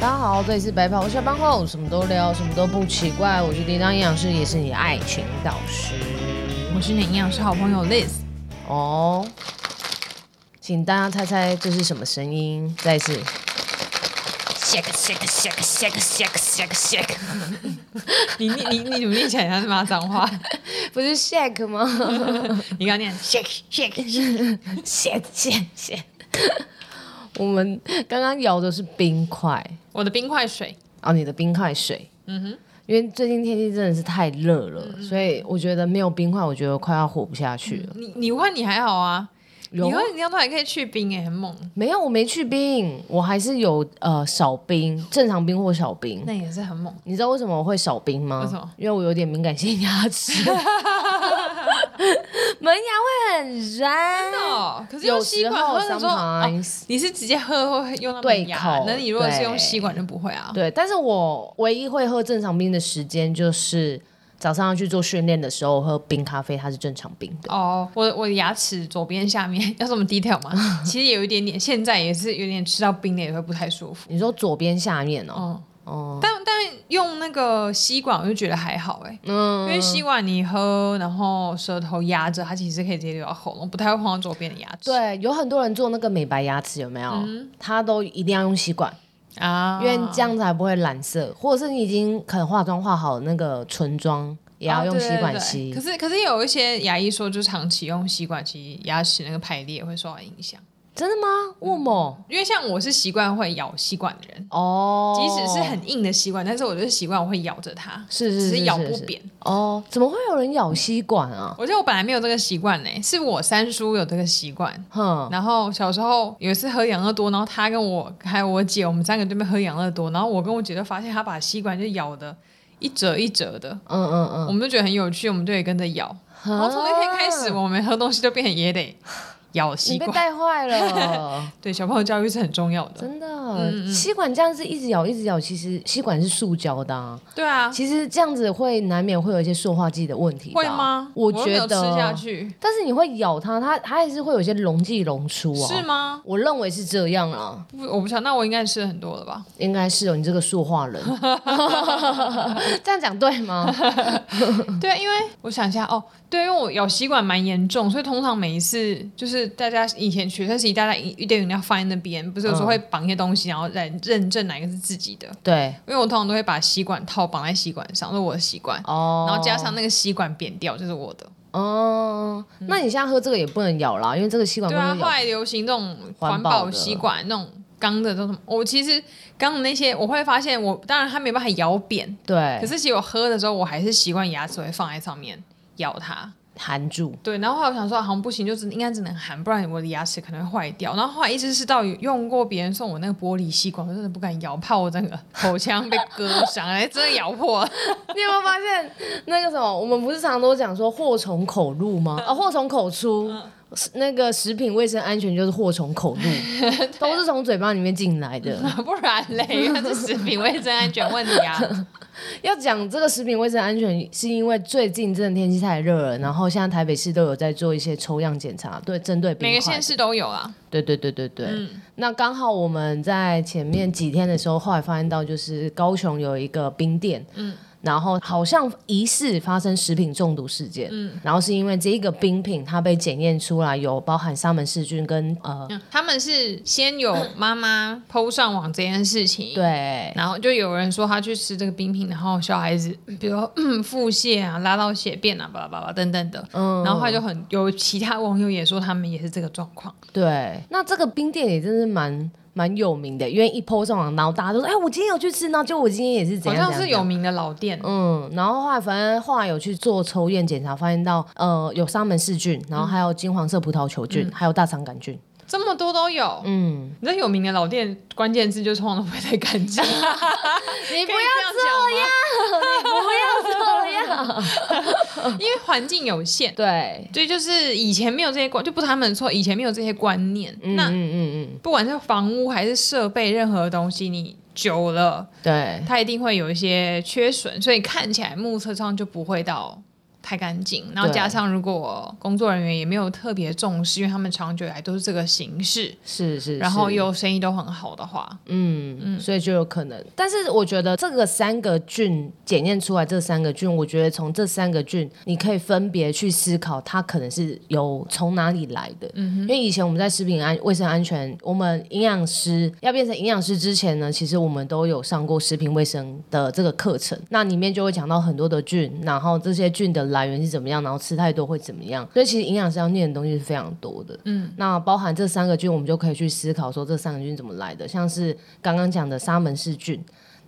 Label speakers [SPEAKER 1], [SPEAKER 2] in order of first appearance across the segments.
[SPEAKER 1] 大家好，这里是白袍。下班后什么都聊，什么都不奇怪。我是叮当营养师，也是你的爱情导师。
[SPEAKER 2] 我是你的营养师好朋友 Liz。
[SPEAKER 1] 哦，请大家猜猜这是什么声音？再一次，
[SPEAKER 2] shake shake shake shake shake shake shake 你。你你你怎么念起来像是骂脏话？
[SPEAKER 1] 不是 shake 吗
[SPEAKER 2] 你刚念 shake shake shake shake shake shake。
[SPEAKER 1] 我们刚刚摇的是冰块
[SPEAKER 2] 我的冰块水，
[SPEAKER 1] 哦，你的冰块水。
[SPEAKER 2] 嗯哼，
[SPEAKER 1] 因为最近天气真的是太热了，所以我觉得没有冰块，我觉得快要活不下去了。
[SPEAKER 2] 你你换你还好啊，你
[SPEAKER 1] 有
[SPEAKER 2] 换你尿道还可以去冰哎、很猛。
[SPEAKER 1] 没有？我没去冰，我还是有呃少冰，正常冰或少冰。
[SPEAKER 2] 那也是很猛，
[SPEAKER 1] 你知道为什么我会少冰吗？
[SPEAKER 2] 为什么
[SPEAKER 1] 因为我有点敏感性牙齿， 门牙会很
[SPEAKER 2] 真
[SPEAKER 1] 酸
[SPEAKER 2] 的。哦。可是
[SPEAKER 1] 有
[SPEAKER 2] 用吸
[SPEAKER 1] 时
[SPEAKER 2] 管
[SPEAKER 1] 候
[SPEAKER 2] 喝的时候，哦
[SPEAKER 1] sometimes
[SPEAKER 2] 你是直接喝会用到
[SPEAKER 1] 对
[SPEAKER 2] 门牙
[SPEAKER 1] 口
[SPEAKER 2] 那你如果是用
[SPEAKER 1] 对
[SPEAKER 2] 吸管就不会啊。
[SPEAKER 1] 对，但是我唯一会喝正常冰的时间就是早上要去做训练的时候，我喝冰咖啡，它是正常冰的。
[SPEAKER 2] 哦，我我的牙齿左边下面 要这么 detail 吗？其实有一点点，现在也是有点吃到冰的也会不太舒服。
[SPEAKER 1] 你说左边下面哦，
[SPEAKER 2] 嗯，
[SPEAKER 1] 哦，
[SPEAKER 2] 但但用那个吸管我就觉得还好哎、因
[SPEAKER 1] 嗯，
[SPEAKER 2] 为吸管你喝，然后舌头压着，它其实可以直接流到喉咙，不太会碰到左边的牙齿。
[SPEAKER 1] 对，有很多人做那个美白牙齿，有没有？他都一定要用吸管，
[SPEAKER 2] 嗯啊，
[SPEAKER 1] 因为这样才不会染色，或者是你已经可能化妆化好那个唇妆，也要
[SPEAKER 2] 哦
[SPEAKER 1] 用
[SPEAKER 2] 对
[SPEAKER 1] 吸
[SPEAKER 2] 对
[SPEAKER 1] 管
[SPEAKER 2] 对
[SPEAKER 1] 吸。
[SPEAKER 2] 可是可是有一些牙医说，就长期用吸管，其实牙齿那个排列会受到影响。
[SPEAKER 1] 真的吗？雾某
[SPEAKER 2] 因为像我是习惯会咬吸管的人，
[SPEAKER 1] 哦，
[SPEAKER 2] 即使是很硬的吸管，但是我就是习惯我会咬着它，
[SPEAKER 1] 是是
[SPEAKER 2] 只
[SPEAKER 1] 是
[SPEAKER 2] 是咬不
[SPEAKER 1] 是
[SPEAKER 2] 扁。
[SPEAKER 1] 哦，怎么会有人咬吸管啊？
[SPEAKER 2] 我觉得我本来没有这个习惯呢，欸是我三叔有这个习惯。
[SPEAKER 1] 哼，
[SPEAKER 2] 然后小时候有一次喝养乐多，然后他跟我还有我姐，我们三个对面喝养乐多，然后我跟我姐就发现他把吸管就咬的一折一折的，
[SPEAKER 1] 嗯嗯
[SPEAKER 2] 我们就觉得很有趣，我们就也跟着咬。
[SPEAKER 1] 嗯，
[SPEAKER 2] 然后从那天开始，我们喝东西就变成也得咬
[SPEAKER 1] 啊你
[SPEAKER 2] 吸
[SPEAKER 1] 被
[SPEAKER 2] 管。
[SPEAKER 1] 带坏 了，
[SPEAKER 2] 对，小朋友教育是很重要的。
[SPEAKER 1] 真
[SPEAKER 2] 嗯
[SPEAKER 1] 的。吸管这样子一直咬一直咬，其实吸管是塑胶的啊，
[SPEAKER 2] 对啊，
[SPEAKER 1] 其实这样子会难免会有一些塑化剂的问题吧，
[SPEAKER 2] 会吗？
[SPEAKER 1] 我
[SPEAKER 2] 又
[SPEAKER 1] 觉
[SPEAKER 2] 没有吃下
[SPEAKER 1] 得，
[SPEAKER 2] 去
[SPEAKER 1] 但是你会咬它，它它还是会有一些溶剂溶出啊。
[SPEAKER 2] 是吗？
[SPEAKER 1] 我认为是这样啊，
[SPEAKER 2] 不，我不晓得，那我应该吃很多了吧？
[SPEAKER 1] 应该是有你这个塑化人， 这样讲对吗？
[SPEAKER 2] 对，因为我想一下哦，对，因为我咬吸管蛮严重，所以通常每一次就是大家以前学生时期，大家一一堆饮料放在那边，不是有时候
[SPEAKER 1] 嗯
[SPEAKER 2] 会绑一些东西，然后来认证哪一个是自己的。
[SPEAKER 1] 对，
[SPEAKER 2] 因为我通常都会把吸管套绑在吸管上，这是我的习惯，
[SPEAKER 1] 哦，
[SPEAKER 2] 然后加上那个吸管扁掉，就是我的。
[SPEAKER 1] 哦，那你现在喝这个也不能咬啦，因为这个吸管
[SPEAKER 2] 对
[SPEAKER 1] 不
[SPEAKER 2] 啊，
[SPEAKER 1] 能
[SPEAKER 2] 后
[SPEAKER 1] 咬。
[SPEAKER 2] 来流行这种
[SPEAKER 1] 环
[SPEAKER 2] 环
[SPEAKER 1] 保
[SPEAKER 2] 保
[SPEAKER 1] 的
[SPEAKER 2] 吸管，那种钢的都什么。我其实钢的那些，我会发现我当然它没办法咬扁，可
[SPEAKER 1] 对，
[SPEAKER 2] 是其实我喝的时候，我还是习惯牙齿会放在上面咬它。
[SPEAKER 1] 含住。
[SPEAKER 2] 对，然后后来我想说，好像不行，就只应该只能含，不然我的牙齿可能会坏掉。然后后来一直是到有用过别人送我那个玻璃吸管，我真的不敢咬，怕我整个口腔被割伤， 哎，真的咬破了。
[SPEAKER 1] 你有没有发现那个什么？我们不是常都讲说祸从口入吗？啊，祸从口出。是那个食品卫生安全就是祸从口 入，都是从嘴巴里面进来的。
[SPEAKER 2] 不然嘞，那是食品卫生安全问题啊。
[SPEAKER 1] 要讲这个食品卫生安全，是因为最近真的天气太热了，然后现在台北市都有在做一些抽样检查，对，针对
[SPEAKER 2] 每
[SPEAKER 1] 冰
[SPEAKER 2] 个
[SPEAKER 1] 块
[SPEAKER 2] 县。市都有啊。
[SPEAKER 1] 对对对对对。
[SPEAKER 2] 嗯
[SPEAKER 1] 那刚好我们在前面几天的时候，后来发现到就是高雄有一个冰店，嗯，然后好像疑似发生食品中毒事件，嗯，然后是因为这一个冰品它被检验出来有包含沙门氏菌跟呃，
[SPEAKER 2] 嗯他们是先有妈妈 PO 上网这件事情，
[SPEAKER 1] 对
[SPEAKER 2] 然后就有人说他去吃这个冰品，然后小孩子，比如说、嗯、腹泻啊、拉到血便啊、巴拉巴拉等等的，嗯，然后他就很有其他网友也说他们也是这个状况，
[SPEAKER 1] 对，那这个冰店也真是蛮。蛮有名的，因为一 PO 上网，然后大家都说：“哎、我今天有去吃，那就我今天也是怎
[SPEAKER 2] 好
[SPEAKER 1] 样怎样。”
[SPEAKER 2] 像是有名的老店，
[SPEAKER 1] 嗯，然后后来反正后来有去做抽验检查，发现到呃有沙门氏菌，然后还有金黄色葡萄球菌，
[SPEAKER 2] 嗯
[SPEAKER 1] 还有大肠杆菌。
[SPEAKER 2] 这么多都有。
[SPEAKER 1] 嗯，
[SPEAKER 2] 你知道有名的老店，关键字就通常都不会太干 净。你不要这样，因为环境有限，
[SPEAKER 1] 嗯对，
[SPEAKER 2] 对，就是以前没有这些观，就不是他们的错，以前没有这些观念。
[SPEAKER 1] 嗯
[SPEAKER 2] 那
[SPEAKER 1] 嗯嗯嗯，
[SPEAKER 2] 不管是房屋还是设备，任何东西你久了，
[SPEAKER 1] 对，
[SPEAKER 2] 它一定会有一些缺损，所以看起来目测上就不会到太干净，然后加上如果工作人员也没有特别重视，因为他们长久以来都是这个形式，
[SPEAKER 1] 是是，
[SPEAKER 2] 然后
[SPEAKER 1] 是
[SPEAKER 2] 又生意都很好的话，
[SPEAKER 1] 嗯，所以就有可能。但是我觉得这个三个菌检验出来，这三个菌，我觉得从这三个菌，你可以分别去思考它可能是由从哪里来的。因为以前我们在食品安卫生安全，我们营养师要变成营养师之前呢，其实我们都有上过食品卫生的这个课程，那里面就会讲到很多的菌，然后这些菌的来源是怎么样，然后吃太多会怎么样。所以其实营养师要念的东西是非常多的。
[SPEAKER 2] 嗯
[SPEAKER 1] 那包含这三个菌，我们就可以去思考说这三个菌怎么来的，像是刚刚讲的沙门氏菌。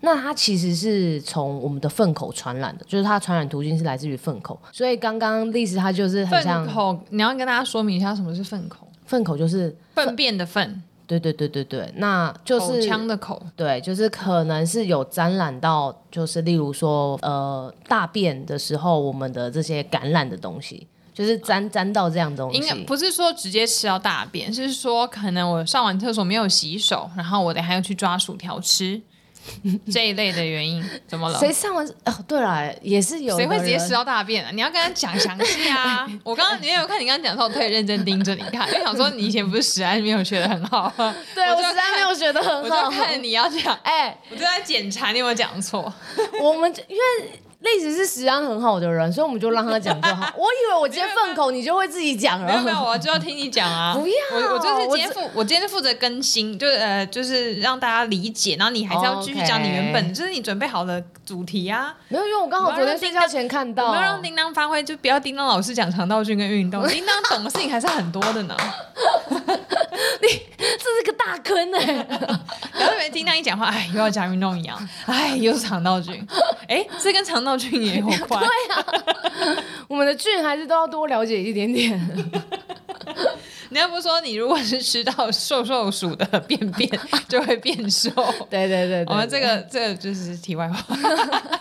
[SPEAKER 1] 那它其实是从我们的粪口传染的，就是它传染途径是来自于粪口，所以刚刚历史它就是很像
[SPEAKER 2] 粪口，你要跟大家说明一下什么是粪口，
[SPEAKER 1] 粪口，就是
[SPEAKER 2] 粪便的粪，
[SPEAKER 1] 对对对对对，那就是
[SPEAKER 2] 口腔的口，
[SPEAKER 1] 对，就是可能是有沾染到，就是例如说，呃，大便的时候我们的这些感染的东西，就是沾沾到这样的东西，
[SPEAKER 2] 应该不是说直接吃到大便，是说可能我上完厕所没有洗手，然后我等还要去抓薯 条吃这一类的原因，怎么了？
[SPEAKER 1] 谁上完？哦，对啦，也是有
[SPEAKER 2] 谁会
[SPEAKER 1] 的
[SPEAKER 2] 直接
[SPEAKER 1] 人
[SPEAKER 2] 吃到大便啊？你要跟他讲详 细啊！我刚刚你也有看你刚刚讲的时候，我特别认真盯着你看，因为想说你以前不是实在没有学的 很好，
[SPEAKER 1] 对啊我
[SPEAKER 2] 就
[SPEAKER 1] 实在没有学得很
[SPEAKER 2] 我
[SPEAKER 1] 好
[SPEAKER 2] 就。看你要讲，
[SPEAKER 1] 哎、
[SPEAKER 2] 我就在检查你有没有讲错。
[SPEAKER 1] 我们就因为历史是食安很好的人，所以我们就让他讲就好。我以为我今天粪口，你就会自己讲
[SPEAKER 2] 没有没
[SPEAKER 1] 了。
[SPEAKER 2] 有，我就要听你讲啊！
[SPEAKER 1] 不要
[SPEAKER 2] 我我就是今天
[SPEAKER 1] 我
[SPEAKER 2] 负，我今天是负责更新，就是呃，就是让大家理解，然后你还是要继续讲你原本
[SPEAKER 1] 哦 OK
[SPEAKER 2] 就是你准备好的主题啊。
[SPEAKER 1] 没有，因为我刚好昨天睡觉前看
[SPEAKER 2] 我
[SPEAKER 1] 到
[SPEAKER 2] 们。要让叮当发挥，就不要叮当老师讲肠道菌跟 运动，叮当懂的事情还是很多的呢。
[SPEAKER 1] 这是个大坑哎、
[SPEAKER 2] 然后每听到一讲话，哎，又要讲运动营养，哎，又是肠道菌，哎，这跟肠道菌也有关。
[SPEAKER 1] 我们的菌还是都要多了解一点 点。
[SPEAKER 2] 你要不说你如果是吃到瘦瘦鼠的便便，就会变瘦。
[SPEAKER 1] 对对对对嗯
[SPEAKER 2] 我们这个这个就是题外话，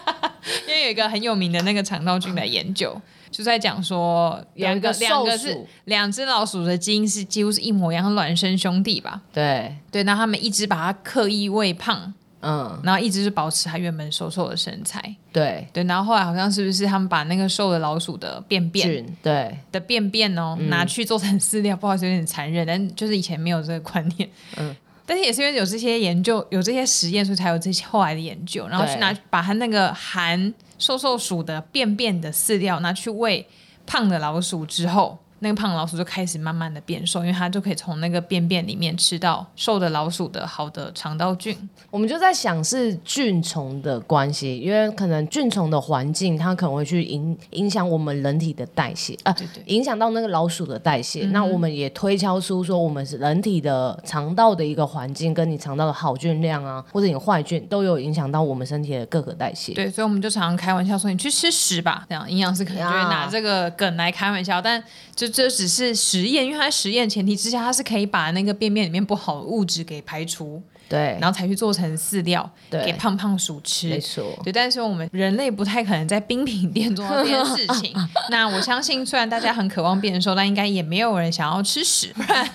[SPEAKER 2] 因为有一个很有名的那个肠道菌的研究，就在讲说两个
[SPEAKER 1] 有一个
[SPEAKER 2] 两个
[SPEAKER 1] 瘦
[SPEAKER 2] 是
[SPEAKER 1] 鼠
[SPEAKER 2] 两只老鼠的基因是几乎是一模一样，孪生兄弟吧？
[SPEAKER 1] 对，
[SPEAKER 2] 对，那他们一只把它刻意喂胖，
[SPEAKER 1] 嗯，
[SPEAKER 2] 然后一只是保持它原本瘦瘦的身材。
[SPEAKER 1] 对，
[SPEAKER 2] 对，然后后来好像是不是他们把那个瘦的老鼠的便便
[SPEAKER 1] 菌，对，
[SPEAKER 2] 的便便哦、
[SPEAKER 1] 嗯
[SPEAKER 2] 拿去做成饲料，不好意思，有点残忍，但就是以前没有这个观念。
[SPEAKER 1] 嗯
[SPEAKER 2] 但是也是因为有这些研究，有这些实验，所以才有这些后来的研究，然后去
[SPEAKER 1] 对
[SPEAKER 2] 拿把它那个含瘦瘦鼠的便便的饲料拿去喂胖的老鼠之后。那个胖老鼠就开始慢慢的变瘦，因为它就可以从那个便便里面吃到瘦的老鼠的好的肠道菌。
[SPEAKER 1] 我们就在想是菌虫的关系，因为可能菌虫的环境，它可能会去影影响我们人体的代谢啊，
[SPEAKER 2] 对嗯对
[SPEAKER 1] 影响到那个老鼠的代谢。那我们也推敲出说，我们是人体的肠道的一个环境，跟你肠道的好菌量啊，或者你坏菌，都有影响到我们身体的各个代谢。
[SPEAKER 2] 对，所以我们就常常开玩笑说你去吃屎吧，这样营养师可能就会拿
[SPEAKER 1] 呀
[SPEAKER 2] 这个梗来开玩笑，但就这只是实验，因为它实验前提之下，它是可以把那个便便里面不好的物质给排除，
[SPEAKER 1] 对，
[SPEAKER 2] 然后才去做成饲料
[SPEAKER 1] 对
[SPEAKER 2] 给胖胖鼠吃
[SPEAKER 1] 没。 错。
[SPEAKER 2] 对，但是我们人类不太可能在冰品店做到这件事 情。那我相信，虽然大家很渴望变瘦，但应该也没有人想要吃屎。不然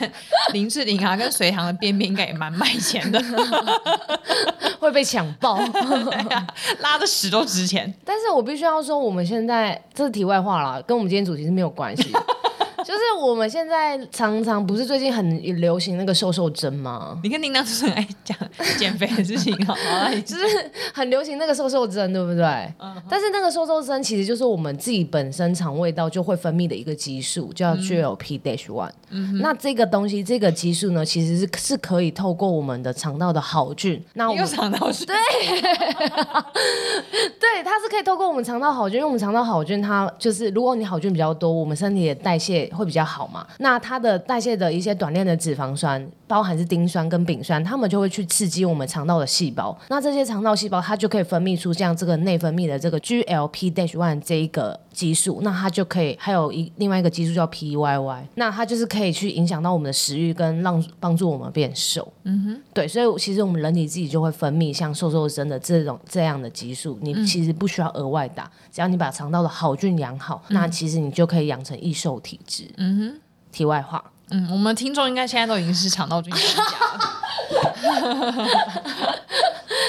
[SPEAKER 2] 林志玲啊，跟隋唐的便便应该也蛮卖钱的，
[SPEAKER 1] 会被抢爆。
[SPEAKER 2] 拉的屎都值钱。
[SPEAKER 1] 但是我必须要说，我们现在这是题外话啦，跟我们今天主题是没有关系。就是我们现在常常不是最近很流行那个瘦瘦针吗？
[SPEAKER 2] 你跟叮当就是很爱讲 减肥的事情哦，好了，
[SPEAKER 1] 就是很流行那个瘦瘦针，对不对？但是那个瘦瘦针其实就是我们自己本身肠胃道就会分泌的一个激素，叫 GLP dash one。那这个东西，这个激素呢，其实是是可以透过我们的肠道的好菌，那我
[SPEAKER 2] 又
[SPEAKER 1] 们
[SPEAKER 2] 想到是，
[SPEAKER 1] 对，它是可以透过我们肠道好菌，因为我们肠道好菌它就是，如果你好菌比较多，我们身体的代谢会比较好嘛。那它的代谢的一些短链的脂肪酸，包含是丁酸跟丙酸，它们就会去刺激我们肠道的细胞。那这些肠道细胞它就可以分泌出像这个内分泌的这个 GLP dash one 这一个激素，那它就可以还有一另外一个激素叫 PYY，那它就是可以去影响到我们的食欲跟让帮助我们变瘦。对，所以其实我们人体自己就会分泌像瘦瘦针的这种这样的激素，
[SPEAKER 2] 嗯
[SPEAKER 1] 你其实不需要额外打，只要你把肠道的好菌养好，那
[SPEAKER 2] 嗯
[SPEAKER 1] 其实你就可以养成易瘦体质。嗯哼，题外话，
[SPEAKER 2] 嗯，我们 听众应该现在都已经是肠道菌专家了，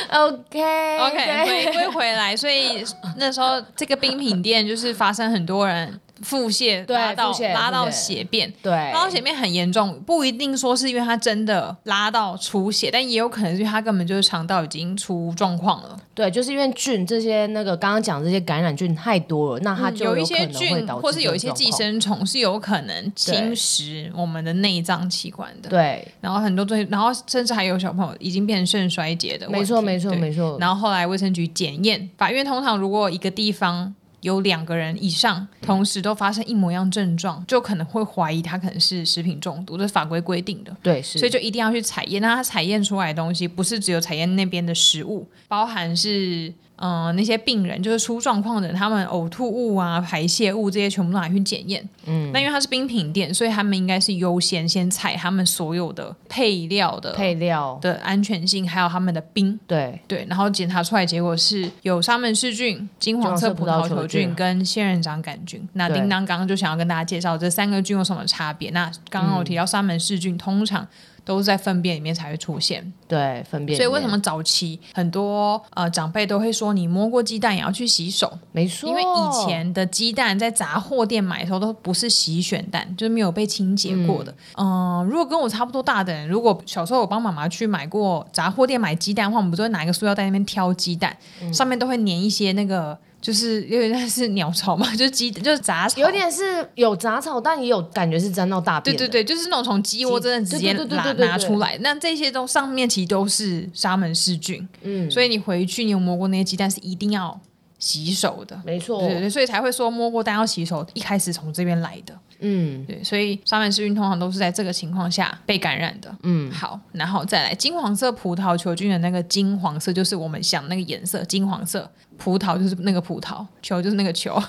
[SPEAKER 1] 呃， OK
[SPEAKER 2] OK，
[SPEAKER 1] 对
[SPEAKER 2] 回归回来，所以那时候这个冰品店就是发生很多人腹泻，
[SPEAKER 1] 对
[SPEAKER 2] 拉到
[SPEAKER 1] 腹泻
[SPEAKER 2] 拉到
[SPEAKER 1] 腹泻
[SPEAKER 2] 血便。
[SPEAKER 1] 对，
[SPEAKER 2] 拉到血便很严重，不一定说是因为他真的拉到出血，但也有可能是因为他根本就是肠道已经出状况了。
[SPEAKER 1] 对，就是因为菌这些那个刚刚讲这些感染菌太多了，那它
[SPEAKER 2] 嗯
[SPEAKER 1] 就
[SPEAKER 2] 有一
[SPEAKER 1] 可
[SPEAKER 2] 些
[SPEAKER 1] 能会
[SPEAKER 2] 菌
[SPEAKER 1] 导致
[SPEAKER 2] 或是有
[SPEAKER 1] 这
[SPEAKER 2] 一些
[SPEAKER 1] 种
[SPEAKER 2] 寄
[SPEAKER 1] 状况。
[SPEAKER 2] 生虫是有可能侵蚀我们的内脏器官的。
[SPEAKER 1] 对，
[SPEAKER 2] 然后很多东西，然后甚至还有小朋友已经变成肾衰竭的问题。
[SPEAKER 1] 没错，没错，
[SPEAKER 2] 对
[SPEAKER 1] 没错。
[SPEAKER 2] 然后后来卫生局检验，法院通常如果一个地方有两个人以上同时都发生一模一样症状，就可能会怀疑他可能是食品中毒，这是法规规定的。
[SPEAKER 1] 对，是，
[SPEAKER 2] 所以就一定要去采验。那它采验出来的东西，不是只有采验那边的食物，包含是嗯、呃那些病人，就是出状况的人，他们呕吐物啊、排泄物这些，全部都拿去检验。嗯，那因为它是冰品店，所以他们应该是优先先采他们所有的配料的
[SPEAKER 1] 配料，
[SPEAKER 2] 的安全性，还有他们的冰。
[SPEAKER 1] 对，
[SPEAKER 2] 对，然后检查出来结果是有沙门氏菌、金黄色葡萄球菌跟仙人掌杆菌。那
[SPEAKER 1] 对
[SPEAKER 2] 叮当刚刚就想要跟大家介绍这三个菌有什么差别。那刚刚我提到沙门氏菌通常都是在粪便里面才会出现，
[SPEAKER 1] 对，分辨。
[SPEAKER 2] 所以为什？么早期很多呃长辈都会说你摸过鸡蛋也要去洗手，
[SPEAKER 1] 没错，
[SPEAKER 2] 因为以前的鸡蛋在杂货店买的时候都不是洗选蛋，就是没有被清洁过的。嗯、如果跟我差不多大的人，如果小时候我帮妈妈去买过杂货店买鸡蛋的话，我们都会拿一个塑料袋在那边挑鸡蛋，
[SPEAKER 1] 嗯
[SPEAKER 2] 上面都会粘一些那个。就是有点像是鸟巢嘛，就是鸡就是杂草，
[SPEAKER 1] 有点是有杂草，但也有感觉是沾到大便
[SPEAKER 2] 对
[SPEAKER 1] 的。
[SPEAKER 2] 对对，就是那种从鸡窝真的直接
[SPEAKER 1] 对对对
[SPEAKER 2] 拿
[SPEAKER 1] 对对对
[SPEAKER 2] 拿出来，那这些都上面其实都是沙门氏菌，嗯，所以你回去你有摸过那些鸡蛋是一定要洗手的，
[SPEAKER 1] 没错，
[SPEAKER 2] 对对对，所以才会说摸过蛋要洗手，一开始从这边来的。
[SPEAKER 1] 嗯，
[SPEAKER 2] 对，所以沙门氏菌通常都是在这个情况下被感染的。嗯，好，然后再来金黄色葡萄球菌的那个金黄色，就是我们想那个颜色，金黄色葡萄就是那个葡萄球就是那个 球，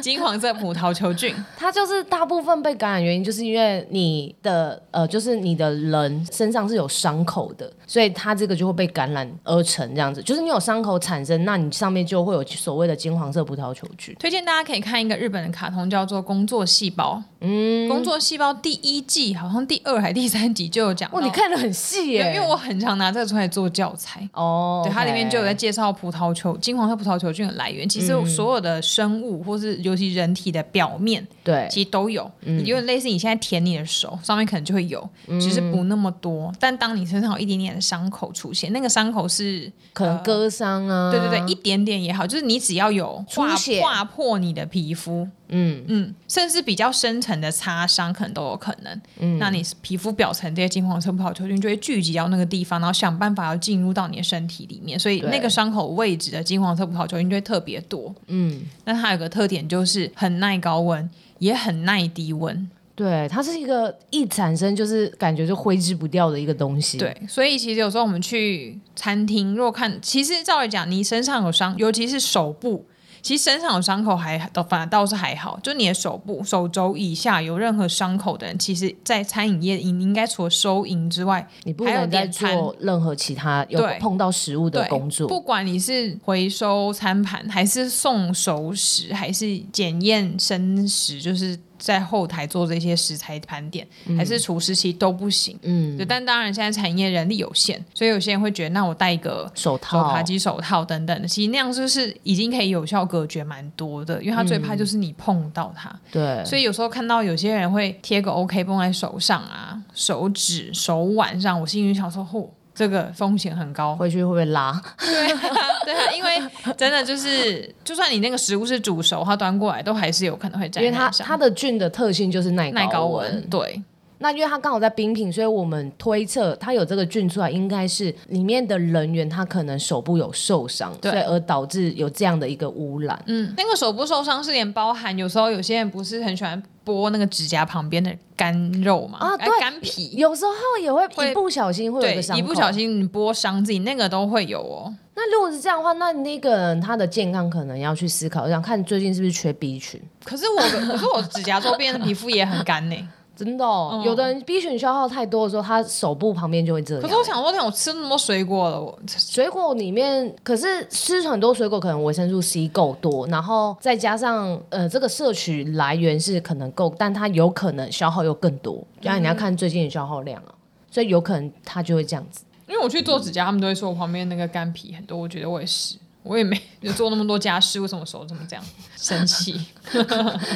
[SPEAKER 2] 金黄色葡萄球菌。
[SPEAKER 1] 它就是大部分被感染原因，就是因为你的呃，就是你的人身上是有伤口的，所以它这个就会被感染而成这样子。就是你有伤口产生，那你上面就会有所谓的金黄色葡萄球菌。
[SPEAKER 2] 推荐大家可以看一个日本的卡通，叫做《工作细胞》。嗯，《工作细胞》第一季好像第二还第三集就有讲到，
[SPEAKER 1] 哇，你看的很细
[SPEAKER 2] 因
[SPEAKER 1] 耶、
[SPEAKER 2] 为因为我很常拿这个出来做教材。
[SPEAKER 1] 哦，
[SPEAKER 2] 对，它里
[SPEAKER 1] OK 嗯
[SPEAKER 2] 面就有在介绍葡萄球金黄色葡萄球菌的来源。其实所有的生物，或是尤其人体的表面，
[SPEAKER 1] 对嗯
[SPEAKER 2] 其实都有，有点类似你现在舔你的手，上面可能就会有，只是不那么多。但当你身上有一点点的伤口出现，那个伤口是，
[SPEAKER 1] 可能割伤啊，
[SPEAKER 2] 呃对对对，一点点也好，就是你只要有划
[SPEAKER 1] 出血
[SPEAKER 2] 划破你的皮肤，嗯嗯，甚至比较深层的擦伤，可能都有可能。
[SPEAKER 1] 嗯
[SPEAKER 2] 那你皮肤表层这些金黄色葡萄球菌就会聚集到那个地方，然后想办法要进入到你的身体里面，所以
[SPEAKER 1] 对
[SPEAKER 2] 那个伤口位置的金黄色葡萄球菌就会特别多。
[SPEAKER 1] 嗯，
[SPEAKER 2] 那它有个特点就是很耐高温，也很耐低温。
[SPEAKER 1] 对，它是一个一产生就是感觉就挥之不掉的一个东西。
[SPEAKER 2] 对，所以其实有时候我们去餐厅，如果看，其实照理讲，你身上有伤，尤其是手部，其实身上有伤口还倒反而倒是还好，就你的手部、手肘以下有任何伤口的人，其实，在餐饮业，你应该除了收银之外，
[SPEAKER 1] 你不
[SPEAKER 2] 还有
[SPEAKER 1] 能再
[SPEAKER 2] 点餐
[SPEAKER 1] 做任何其他有
[SPEAKER 2] 对
[SPEAKER 1] 碰到食物的
[SPEAKER 2] 对，
[SPEAKER 1] 工作。
[SPEAKER 2] 不管你是回收餐盘，还是送熟食，还是检验生食，就是在后台做这些食材盘点，还是厨师其实都不行。
[SPEAKER 1] 嗯，
[SPEAKER 2] 对，但当然现在产业人力有限，所以有些人会觉得，那我戴一个。
[SPEAKER 1] 手
[SPEAKER 2] 手
[SPEAKER 1] 套
[SPEAKER 2] 扒鸡手套等等的，其实那样就是已经可以有效隔绝蛮多的，因为他最怕就是你碰到它，
[SPEAKER 1] 对，
[SPEAKER 2] 所以有时候看到有些人会贴个 OK 绷在手上啊、手指、手腕上，我心里想说，嚯、这个风险很 高，
[SPEAKER 1] 回去会不会拉？
[SPEAKER 2] 对啊，对啊，因为真的就是，就算你那个食物是煮熟，它端过来都还是有可能会沾
[SPEAKER 1] 因为它
[SPEAKER 2] 染上。
[SPEAKER 1] 它的菌的特性就是耐
[SPEAKER 2] 耐高
[SPEAKER 1] 温
[SPEAKER 2] 温，，对，
[SPEAKER 1] 那因为它刚好在冰品，所以我们推测它有这个菌出来，应该是里面的人员他可能手部有受伤，
[SPEAKER 2] 对
[SPEAKER 1] 所以而导致有这样的一个污染。
[SPEAKER 2] 嗯，那个手部受伤是连包含有时候有些人不是很喜欢剥那个指甲旁边的干肉嘛，
[SPEAKER 1] 啊
[SPEAKER 2] 哎
[SPEAKER 1] 对
[SPEAKER 2] 干皮，
[SPEAKER 1] 有时候也会
[SPEAKER 2] 会
[SPEAKER 1] 一不小心会有
[SPEAKER 2] 对
[SPEAKER 1] 个，伤
[SPEAKER 2] 一
[SPEAKER 1] 口，
[SPEAKER 2] 不小。心你剥伤自己，那个都会有哦。
[SPEAKER 1] 那如果是这样的话，那那个人他的健康可能要去思考一下，看最近是不是缺 B 群。
[SPEAKER 2] 可是我 的，可是我指甲周边的皮肤也很干呢、
[SPEAKER 1] 真的、
[SPEAKER 2] 嗯
[SPEAKER 1] 哦，有的人 B 群消耗太多的时候，他手部旁边就会这
[SPEAKER 2] 可是我
[SPEAKER 1] 样。
[SPEAKER 2] 想说，天，我吃那么多水果了，我
[SPEAKER 1] 水果里面，可是吃很多水果，可能维生素 C 够多，然后再加上呃，这个摄取来源是可能够，但它
[SPEAKER 2] 嗯
[SPEAKER 1] 有可能消耗又更多，然后你要看最近的消耗量啊，所以有可能它就会这样子。
[SPEAKER 2] 因为我去做指甲，他们都会说我旁边那个干皮很多，我觉得我也是。我也没有做那么多家事，为什么手怎么 这样？生气，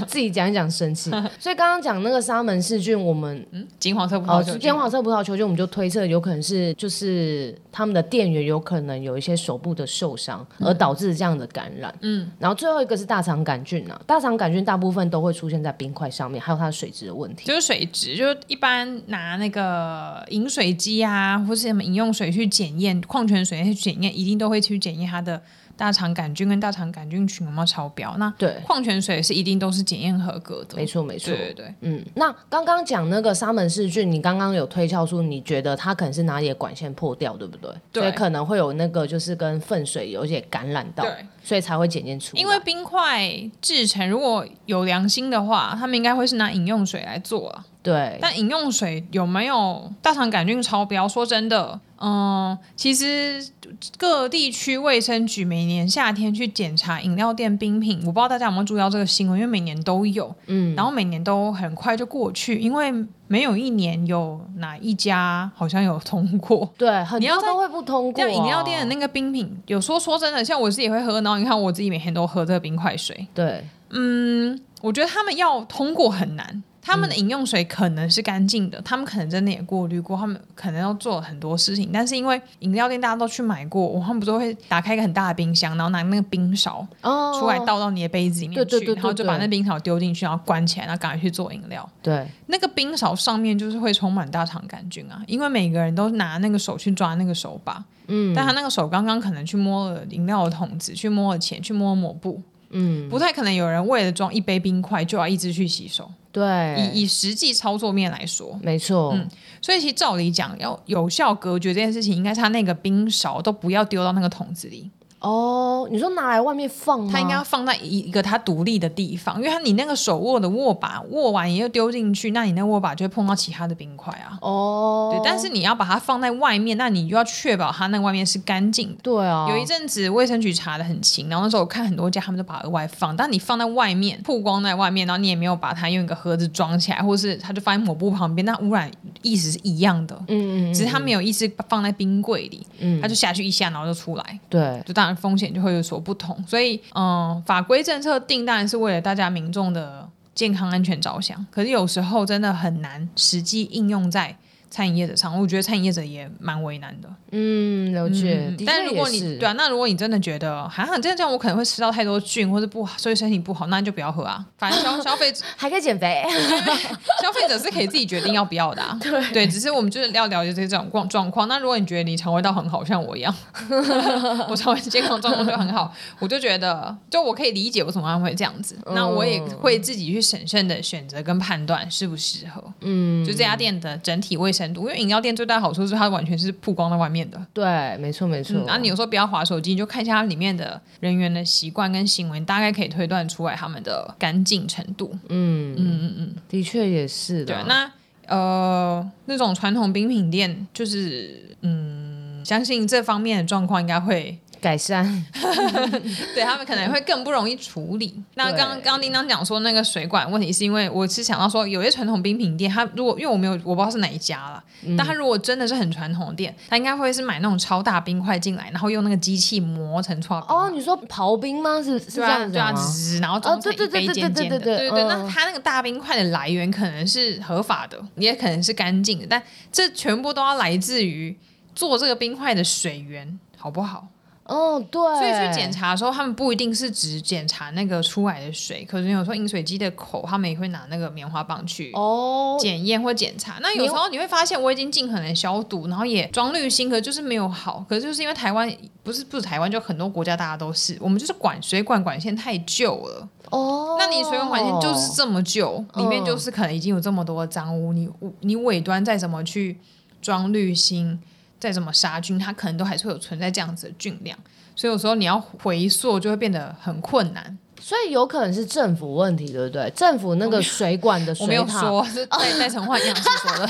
[SPEAKER 1] 自己讲一讲生 气。所以刚刚讲那个沙门氏菌，我们
[SPEAKER 2] 嗯，金黄色葡萄
[SPEAKER 1] 哦，
[SPEAKER 2] 酒
[SPEAKER 1] 金黄色葡萄球菌，我们就推测有可能是就是他们的店员有可能有一些手部的受伤，
[SPEAKER 2] 嗯
[SPEAKER 1] 而导致这样的感染。嗯，然后最后一个是大肠杆菌啊，大肠杆菌大部分都会出现在冰块上面，还有它的水质的问题。
[SPEAKER 2] 就是水质，就是一般拿那个饮水机啊，或是什么饮用水去检验，矿泉水去检验，一定都会去检验它的大肠杆菌跟大肠杆菌群有没有超标。那
[SPEAKER 1] 对，
[SPEAKER 2] 矿泉水是一定都是检验合格的，
[SPEAKER 1] 没错没错
[SPEAKER 2] 对。对对，
[SPEAKER 1] 嗯，那刚刚讲那个沙门氏菌，你刚刚有推敲出，你觉得它可能是哪里的管线破掉，对不对？
[SPEAKER 2] 对
[SPEAKER 1] 所以可能会有那个就是跟粪水有一些感染到
[SPEAKER 2] 对，
[SPEAKER 1] 所以才会检验出来。
[SPEAKER 2] 因为冰块制成如果有良心的话，他们应该会是拿饮用水来做啊。
[SPEAKER 1] 对
[SPEAKER 2] 但饮用水有没有大肠杆菌超标？说真的，嗯，其实各地区卫生局每年夏天去检查饮料店冰品，我不知道大家有没有注意到这个新闻，因为每年都有，嗯，然后每年都很快就过去，因为没有一年有哪一家好像有通过。
[SPEAKER 1] 对，很
[SPEAKER 2] 你要
[SPEAKER 1] 多
[SPEAKER 2] 在
[SPEAKER 1] 都会不通过、啊
[SPEAKER 2] 像饮料店的那个冰品，有时候说真的，像我自己也会喝，然后你看我自己每天都喝这个冰块水，
[SPEAKER 1] 啊对
[SPEAKER 2] 我觉得他们要通过很难。他们的饮用水可能是干净的，他们可能真的也过滤过，他们可能要做很多事情，但是因为饮料店大家都去买过，他们不是会打开一个很大的冰箱，然后拿那个冰勺
[SPEAKER 1] 哦，
[SPEAKER 2] 出来倒到你的杯子里面去，
[SPEAKER 1] 对对对对
[SPEAKER 2] 然后就
[SPEAKER 1] 对
[SPEAKER 2] 把那冰勺丢进去，然后关起来，然后赶快去做饮料。
[SPEAKER 1] 对
[SPEAKER 2] 那个冰勺上面就是会充满大肠杆菌啊，因为每个人都拿那个手去抓那个手把，嗯，但他那个手刚刚可能去摸了饮料的桶子，去摸了钱，去摸了抹布，嗯，不太可能有人为了装一杯冰块就要一直去洗手，
[SPEAKER 1] 对，
[SPEAKER 2] 以以实际操作面来说，
[SPEAKER 1] 没错，
[SPEAKER 2] 所以其实照理讲，要有效隔绝这件事情，应该是他那个冰勺都不要丢到那个桶子里，
[SPEAKER 1] 哦，你说拿来外面放吗？
[SPEAKER 2] 它应该要放在一一个它独立的地方，因为它你那个手握的握把握完也就丢进去，那你那握把就会碰到其他的冰块啊。
[SPEAKER 1] 哦，
[SPEAKER 2] 对，但是你要把它放在外面，那你就要确保它那个外面是干净的。
[SPEAKER 1] 对啊，
[SPEAKER 2] 有一阵子卫生局查的很勤，然后那时候我看很多家他们都把它额外放，但你放在外面曝光在外面，然后你也没有把它用一个盒子装起来，或是它就放在抹布旁边，那污染意思是一样的，
[SPEAKER 1] 嗯嗯嗯
[SPEAKER 2] 只是它没有意思放在冰柜里，
[SPEAKER 1] 嗯
[SPEAKER 2] 它就下去一下，然后就出来。
[SPEAKER 1] 对
[SPEAKER 2] 就当然风险就会有所不同，所以嗯，法规政策定当然是为了大家民众的健康安全着想，可是有时候真的很难实际应用在餐饮业者上，我觉得餐饮业者也蛮为难的。
[SPEAKER 1] 嗯了解，
[SPEAKER 2] 嗯
[SPEAKER 1] 的确
[SPEAKER 2] 但如果
[SPEAKER 1] 也
[SPEAKER 2] 你
[SPEAKER 1] 是
[SPEAKER 2] 对啊，那如果你真的觉得哈，这样这样我可能会吃到太多菌或者不好，所以身体不好，那你就不要喝啊。反正消 消费者
[SPEAKER 1] 还可以减 肥，
[SPEAKER 2] 消费者是可以自己决定要不要的、啊， 对只是我们就是要了解这种状状况。那如果你觉得你肠胃道很好，像我一样， 我肠胃健康状况就很好，我就觉得就我可以理解为什么他们会这样子，那我也会自己去审慎的选择跟判断适不适合，嗯，就这家店的整体卫生度，因为饮料店最大的好处是它完全是曝光在外面的。
[SPEAKER 1] 对，没错没错，
[SPEAKER 2] 嗯，然后你有时候不要划手机，你就看一下它里面的人员的习惯跟行为，你大概可以推断出来他们的干净程度。
[SPEAKER 1] 嗯
[SPEAKER 2] 嗯
[SPEAKER 1] 的确也是的
[SPEAKER 2] 对，，啊那呃，那种传统冰品店，就是嗯，相信这方面的状况应该会，
[SPEAKER 1] 改善，
[SPEAKER 2] 对他们可能会更不容易处理。那
[SPEAKER 1] 对
[SPEAKER 2] 刚刚刚叮当讲说那个水管问题，是因为我是想到说，有些传统冰品店，它如果因为我没有我不知道是哪一家啦，但它如果真的是很传统的店，它应该会是买那种超大冰块进来，然后用那个机器磨成串冰。
[SPEAKER 1] 哦，你说刨冰吗？是是这
[SPEAKER 2] 对啊，
[SPEAKER 1] 样子
[SPEAKER 2] 对啊，
[SPEAKER 1] 吗？
[SPEAKER 2] 滋，然后装成一杯尖尖的，
[SPEAKER 1] 哦对对对对对对
[SPEAKER 2] 对
[SPEAKER 1] 嗯
[SPEAKER 2] 那它那个大冰块的来源可能是合法的，也可能是干净的，但这全部都要来自于做这个冰块的水源，好不好？
[SPEAKER 1] 哦，对，
[SPEAKER 2] 所以去检查的时候，他们不一定是只检查那个出来的水，可能有时候饮水机的口，他们也会拿那个棉花棒去。
[SPEAKER 1] 哦，
[SPEAKER 2] 检验或检查，那有时候你会发现我已经尽可能消毒，然后也装滤芯，可就是没有好，可是就是因为台湾不是不是台湾，就很多国家大家都是，我们就是管水管管线太旧了，
[SPEAKER 1] 哦，
[SPEAKER 2] 那你水管环境就是这么旧，
[SPEAKER 1] 嗯
[SPEAKER 2] 里面就是可能已经有这么多的脏污，你你尾端再怎么去装滤芯，再怎么杀菌，它可能都还是会有存在这样子的菌量，所以有时候你要回溯就会变得很困难。
[SPEAKER 1] 所以有可能是政府问题，对不对？政府那个水管的
[SPEAKER 2] 我
[SPEAKER 1] 水
[SPEAKER 2] 没有
[SPEAKER 1] 塔，
[SPEAKER 2] 说是戴戴成换样是说的，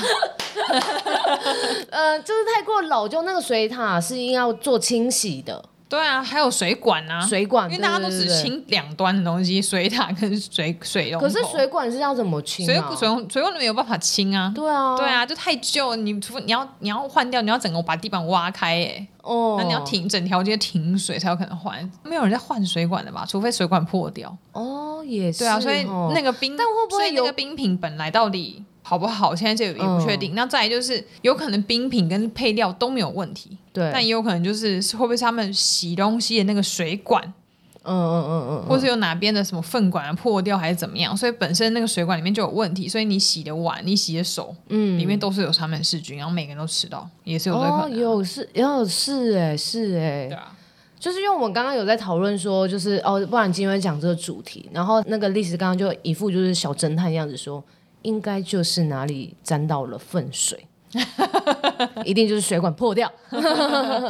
[SPEAKER 1] 呃，就是太过老旧，那个水塔是应该要做清洗的。
[SPEAKER 2] 对啊，还有水管啊，
[SPEAKER 1] 水管，
[SPEAKER 2] 因为大家都
[SPEAKER 1] 对
[SPEAKER 2] 只。
[SPEAKER 1] 对对对
[SPEAKER 2] 清两端的东西，水塔跟水水龙头。
[SPEAKER 1] 可是水管是要怎么清、啊？
[SPEAKER 2] 水水龙水龙头没有办法清啊。
[SPEAKER 1] 对啊，
[SPEAKER 2] 对，啊，就太旧，你除非你要你要换掉，你要整个把地板挖开、欸，
[SPEAKER 1] 哦，
[SPEAKER 2] 那你要停整条街停水才有可能换，没有人在换水管的吧？除非水管破掉。
[SPEAKER 1] 哦，也是
[SPEAKER 2] 对啊，所以
[SPEAKER 1] 哦
[SPEAKER 2] 那个冰，
[SPEAKER 1] 但会不会
[SPEAKER 2] 所以那
[SPEAKER 1] 有
[SPEAKER 2] 个冰品本来到底好不好，现在这也不确
[SPEAKER 1] 嗯
[SPEAKER 2] 定。那再来就是，有可能冰品跟配料都没有问题，
[SPEAKER 1] 对，
[SPEAKER 2] 但也有可能就是是会不会是他们洗东西的那个水管，
[SPEAKER 1] 嗯嗯嗯嗯，
[SPEAKER 2] 或是有哪边的什么粪管啊破掉还是怎么样，所以本身那个水管里面就有问题，所以你洗的碗、你洗的手，
[SPEAKER 1] 嗯
[SPEAKER 2] 里面都是有他们的细菌，然后每个人都吃到，也是有这个
[SPEAKER 1] 哦
[SPEAKER 2] 可，能啊。
[SPEAKER 1] 有是，也有是哎、是哎、
[SPEAKER 2] 对啊，
[SPEAKER 1] 就是因为我们刚刚有在讨论说，就是哦，不然今天讲这个主题，然后那个历史刚刚就一副就是小侦探样子说，应该就是哪里沾到了粪 水，一定就是水管破掉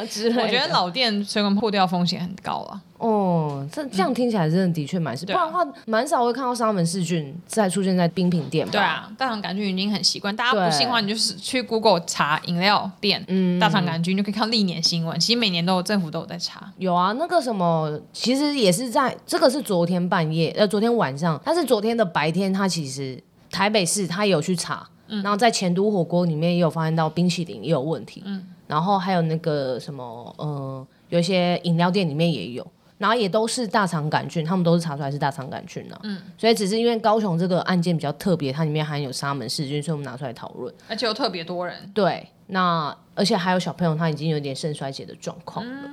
[SPEAKER 1] 之类的。
[SPEAKER 2] 我觉得老店水管破掉风险很高啊。
[SPEAKER 1] 哦，这这样听起来真的的确蛮是，不
[SPEAKER 2] 对啊
[SPEAKER 1] 然的话蛮少会看到沙门氏菌再出现在冰品店吧？
[SPEAKER 2] 对，啊，大肠杆菌已经很习惯，大家
[SPEAKER 1] 对
[SPEAKER 2] 不信的话，你就是去 Google 查饮料店、
[SPEAKER 1] 嗯
[SPEAKER 2] 大肠杆菌，就可以看到历年新闻。其实每年都有政府都有在查。
[SPEAKER 1] 有啊，那个什么，其实也是在这个是昨天半夜，呃，昨天晚上，但是昨天的白天，他其实台北市他有去查，然后在前都火锅里面也有发现到冰淇淋也有问题，然后还有那个什么，呃，有一些饮料店里面也有。然后也都是大肠杆菌，他们都是查出来是大肠杆菌啊。所以只是因为高雄这个案件比较特别，它里面含有沙门氏菌，所以我们拿出来讨论。
[SPEAKER 2] 而且有特别多人，
[SPEAKER 1] 对，那而且还有小朋友他已经有点肾衰竭的状况了，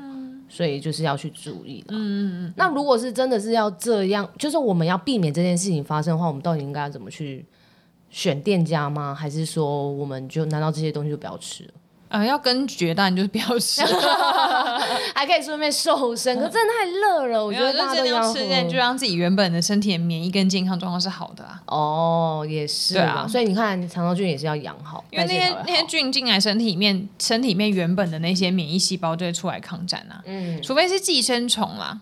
[SPEAKER 1] 所以就是要去注意了。嗯嗯那如果是真的是要这样，就是我们要避免这件事情发生的话，我们到底应该要怎么去选店家吗？还是说我们就难道这些东西就不要吃了？
[SPEAKER 2] 呃，要跟绝蛋就是不要 吃，
[SPEAKER 1] 还可以顺便瘦身，可真的太热了，我
[SPEAKER 2] 我
[SPEAKER 1] 觉得大家
[SPEAKER 2] 就尽
[SPEAKER 1] 都
[SPEAKER 2] 量
[SPEAKER 1] 要
[SPEAKER 2] 吃，但就
[SPEAKER 1] 喝。
[SPEAKER 2] 让自己原本的身体的免疫跟健康状况是好的啊。
[SPEAKER 1] 哦，也是
[SPEAKER 2] 对
[SPEAKER 1] 啦
[SPEAKER 2] 啊
[SPEAKER 1] 所以你看肠道菌也是要养好，
[SPEAKER 2] 因为那些
[SPEAKER 1] 代谢才会
[SPEAKER 2] 那些
[SPEAKER 1] 好
[SPEAKER 2] 菌进来身体里面，身体里面原本的那些免疫细胞就会出来抗战啊。
[SPEAKER 1] 嗯
[SPEAKER 2] 除非是寄生虫啦，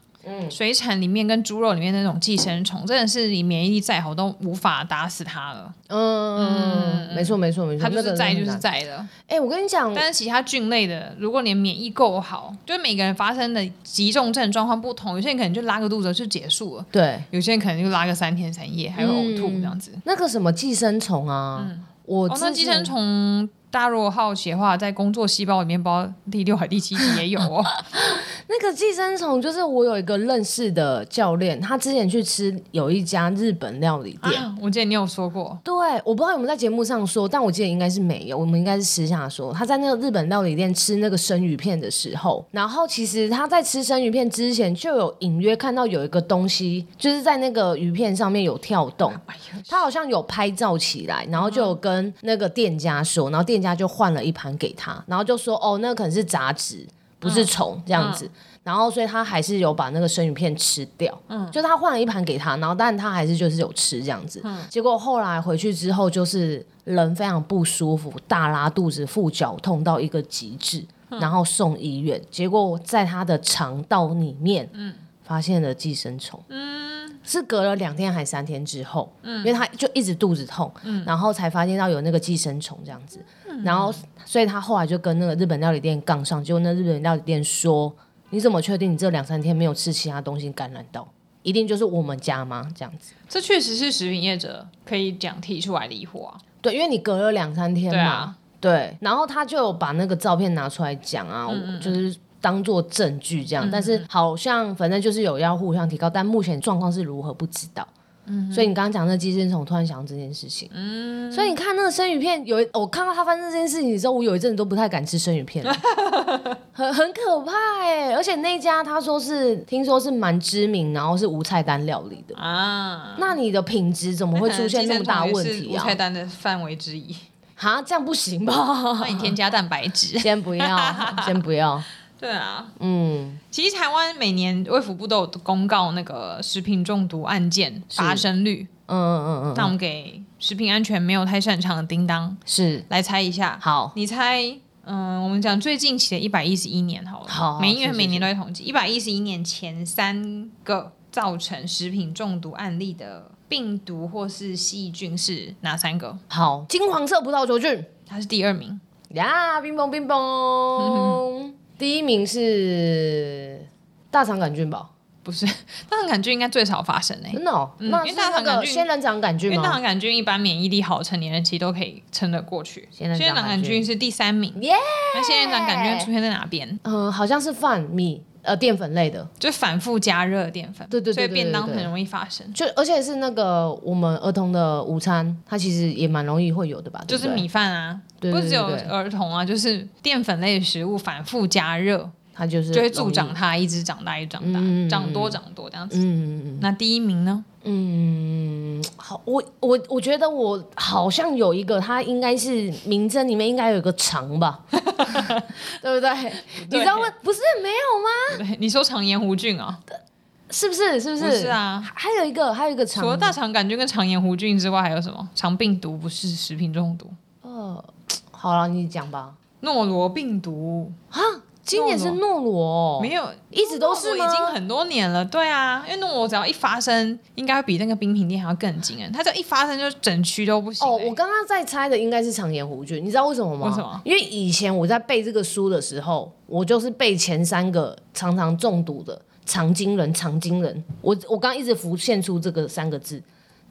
[SPEAKER 2] 水产里面跟猪肉里面那种寄生虫，真的是你免疫力再好都无法打死它了，
[SPEAKER 1] 嗯，没错没错没错，
[SPEAKER 2] 它就
[SPEAKER 1] 那
[SPEAKER 2] 是
[SPEAKER 1] 个
[SPEAKER 2] 在
[SPEAKER 1] 很
[SPEAKER 2] 就是
[SPEAKER 1] 难。
[SPEAKER 2] 在的。
[SPEAKER 1] 哎，我跟你讲，
[SPEAKER 2] 但是其他菌类的，如果你的免疫够好，就是每个人发生的急重症状况不同，有些人可能就拉个肚子就结束了，
[SPEAKER 1] 对，
[SPEAKER 2] 有些人可能就拉个三天三夜，还会呕吐这样子。哦
[SPEAKER 1] 那个什么寄生虫啊，嗯我
[SPEAKER 2] 哦，那
[SPEAKER 1] 之
[SPEAKER 2] 寄
[SPEAKER 1] 前
[SPEAKER 2] 生虫。大家如果好奇的话，在工作细胞里面，不知道第六还第七集也有哦。
[SPEAKER 1] 那个寄生虫，就是我有一个认识的教练，他之前去吃有一家日本料理店。
[SPEAKER 2] 啊 我记得你有说过，
[SPEAKER 1] 对，我不知道有没有在节目上说，但我记得应该是没有，我们应该是私下说。他在那个日本料理店吃那个生鱼片的时候，然后其实他在吃生鱼片之前就有隐约看到有一个东西，就是在那个鱼片上面有跳动，
[SPEAKER 2] 哎呀，
[SPEAKER 1] 他好像有拍照起来，然后就有跟那个店家说，然后店家就换了一盘给他，然后就说哦，那可能是杂质，不是虫这样子。然后，所以他还是有把那个生鱼片吃掉，嗯，就是他换了一盘给他，然后但他还是就是有吃这样子，结果后来回去之后，就是人非常不舒服，大拉肚子、腹绞痛到一个极致，然后送医院，结果在他的肠道里面，嗯，发现了寄生虫，是隔了两天还三天之后，因为他就一直肚子痛，然后才发现到有那个寄生虫这样子，然后所以他后来就跟那个日本料理店杠上，结果那日本料理店说：“你怎么确定你这两三天没有吃其他东西感染到？一定就是我们家吗？”这样子，
[SPEAKER 2] 这确实是食品业者可以讲提出来的疑惑啊。
[SPEAKER 1] 对，因为你隔了两三天
[SPEAKER 2] 对
[SPEAKER 1] 嘛，
[SPEAKER 2] 啊，
[SPEAKER 1] 对，然后他就有把那个照片拿出来讲啊，
[SPEAKER 2] 嗯
[SPEAKER 1] 就是当做证据这样。但是好像反正就是有要互相提高，但目前状况是如何不知道。
[SPEAKER 2] 嗯
[SPEAKER 1] 所以你刚刚讲那寄生虫，突然想到这件事情。所以你看那个生鱼片，有一我看到他发生这件事情之后，我有一阵子都不太敢吃生鱼片 了，很很可怕哎、而且那家他说是听说是蛮知名，然后是无菜单料理的。
[SPEAKER 2] 啊，
[SPEAKER 1] 那你的品质怎么会出现那么大问
[SPEAKER 2] 那可能寄生虫
[SPEAKER 1] 题
[SPEAKER 2] 也是无
[SPEAKER 1] 啊
[SPEAKER 2] 菜？单的范围之一，
[SPEAKER 1] 哈，这样不行吧？
[SPEAKER 2] 那你添加蛋白质。
[SPEAKER 1] 先不要，先不要。
[SPEAKER 2] 对啊，
[SPEAKER 1] 嗯，
[SPEAKER 2] 其实台湾每年卫福部都有公告那个食品中毒案件发生率，
[SPEAKER 1] 嗯嗯嗯
[SPEAKER 2] 那我们给食品安全没有太擅长的叮当
[SPEAKER 1] 是
[SPEAKER 2] 来猜一下。
[SPEAKER 1] 好，
[SPEAKER 2] 你猜，嗯，我们讲最近期的一百一十一年好了，
[SPEAKER 1] 好好
[SPEAKER 2] 每
[SPEAKER 1] 是
[SPEAKER 2] 因为
[SPEAKER 1] 是
[SPEAKER 2] 每年都会统计，一百一十一年前三个造成食品中毒案例的病毒或是细菌是哪三个？
[SPEAKER 1] 好，金黄色葡萄球菌
[SPEAKER 2] 它是第二名，
[SPEAKER 1] 呀，冰崩冰崩，第一名是大肠杆菌吧？
[SPEAKER 2] 不是 大肠杆菌应该最少发生诶、
[SPEAKER 1] 真的哦，
[SPEAKER 2] 嗯
[SPEAKER 1] 那
[SPEAKER 2] 因
[SPEAKER 1] 是
[SPEAKER 2] 为大肠
[SPEAKER 1] 那
[SPEAKER 2] 杆
[SPEAKER 1] 个
[SPEAKER 2] 菌
[SPEAKER 1] 仙人掌杆
[SPEAKER 2] 因
[SPEAKER 1] 菌
[SPEAKER 2] 为大肠
[SPEAKER 1] 吗？
[SPEAKER 2] 杆菌一般免疫力好，成年人其实都可以撑得过去。
[SPEAKER 1] 仙人
[SPEAKER 2] 仙人
[SPEAKER 1] 掌
[SPEAKER 2] 掌
[SPEAKER 1] 杆
[SPEAKER 2] 杆菌
[SPEAKER 1] 菌，
[SPEAKER 2] 是第三名，
[SPEAKER 1] 耶！
[SPEAKER 2] 那仙人掌杆菌出现在哪边？
[SPEAKER 1] 嗯，好像是饭米呃淀粉类的，
[SPEAKER 2] 就反复加热淀粉，
[SPEAKER 1] 对对对
[SPEAKER 2] 所以
[SPEAKER 1] 对
[SPEAKER 2] 便当
[SPEAKER 1] 对对
[SPEAKER 2] 很容易发生，
[SPEAKER 1] 就而且是那个我们儿童的午餐，它其实也蛮容易会有的吧？
[SPEAKER 2] 就
[SPEAKER 1] 对
[SPEAKER 2] 是
[SPEAKER 1] 不对
[SPEAKER 2] 米，饭啊，
[SPEAKER 1] 对
[SPEAKER 2] 不
[SPEAKER 1] 对对
[SPEAKER 2] 是只有
[SPEAKER 1] 对
[SPEAKER 2] 儿童啊，就是淀粉类的食物反复加热，
[SPEAKER 1] 它就是
[SPEAKER 2] 就会
[SPEAKER 1] 容
[SPEAKER 2] 助
[SPEAKER 1] 易
[SPEAKER 2] 长它一直长大，一直长大，
[SPEAKER 1] 嗯
[SPEAKER 2] 长多长多这样子。
[SPEAKER 1] 嗯嗯
[SPEAKER 2] 那第一名呢？
[SPEAKER 1] 嗯，嗯好，我我我觉得我好像有一个，它应该是名称里面应该有一个肠吧，对不对？你知道为不是没有吗？
[SPEAKER 2] 对，你说肠炎弧菌啊？
[SPEAKER 1] 是不是？是不
[SPEAKER 2] 不
[SPEAKER 1] 是？
[SPEAKER 2] 是啊，
[SPEAKER 1] 还有一个，还有一个肠
[SPEAKER 2] 除了大肠杆菌跟肠炎弧菌之外，还有什么？肠病毒不是食品中毒，
[SPEAKER 1] 好了，你讲吧。
[SPEAKER 2] 诺罗病毒
[SPEAKER 1] 今年是诺罗，
[SPEAKER 2] 没有，
[SPEAKER 1] 哦一直都是
[SPEAKER 2] 诺罗
[SPEAKER 1] 吗
[SPEAKER 2] 已经很多年了。对啊，因为诺罗只要一发生，应该会比那个冰品店还要更惊人。它只要一发生，就整区都不行、欸。
[SPEAKER 1] 哦，我刚刚在猜的应该是肠炎弧菌，你知道为什么吗？
[SPEAKER 2] 为什么
[SPEAKER 1] 因为以前我在背这个书的时候，我就是背前三个常常中毒的肠经人、肠经人。我我刚刚一直浮现出这个三个字：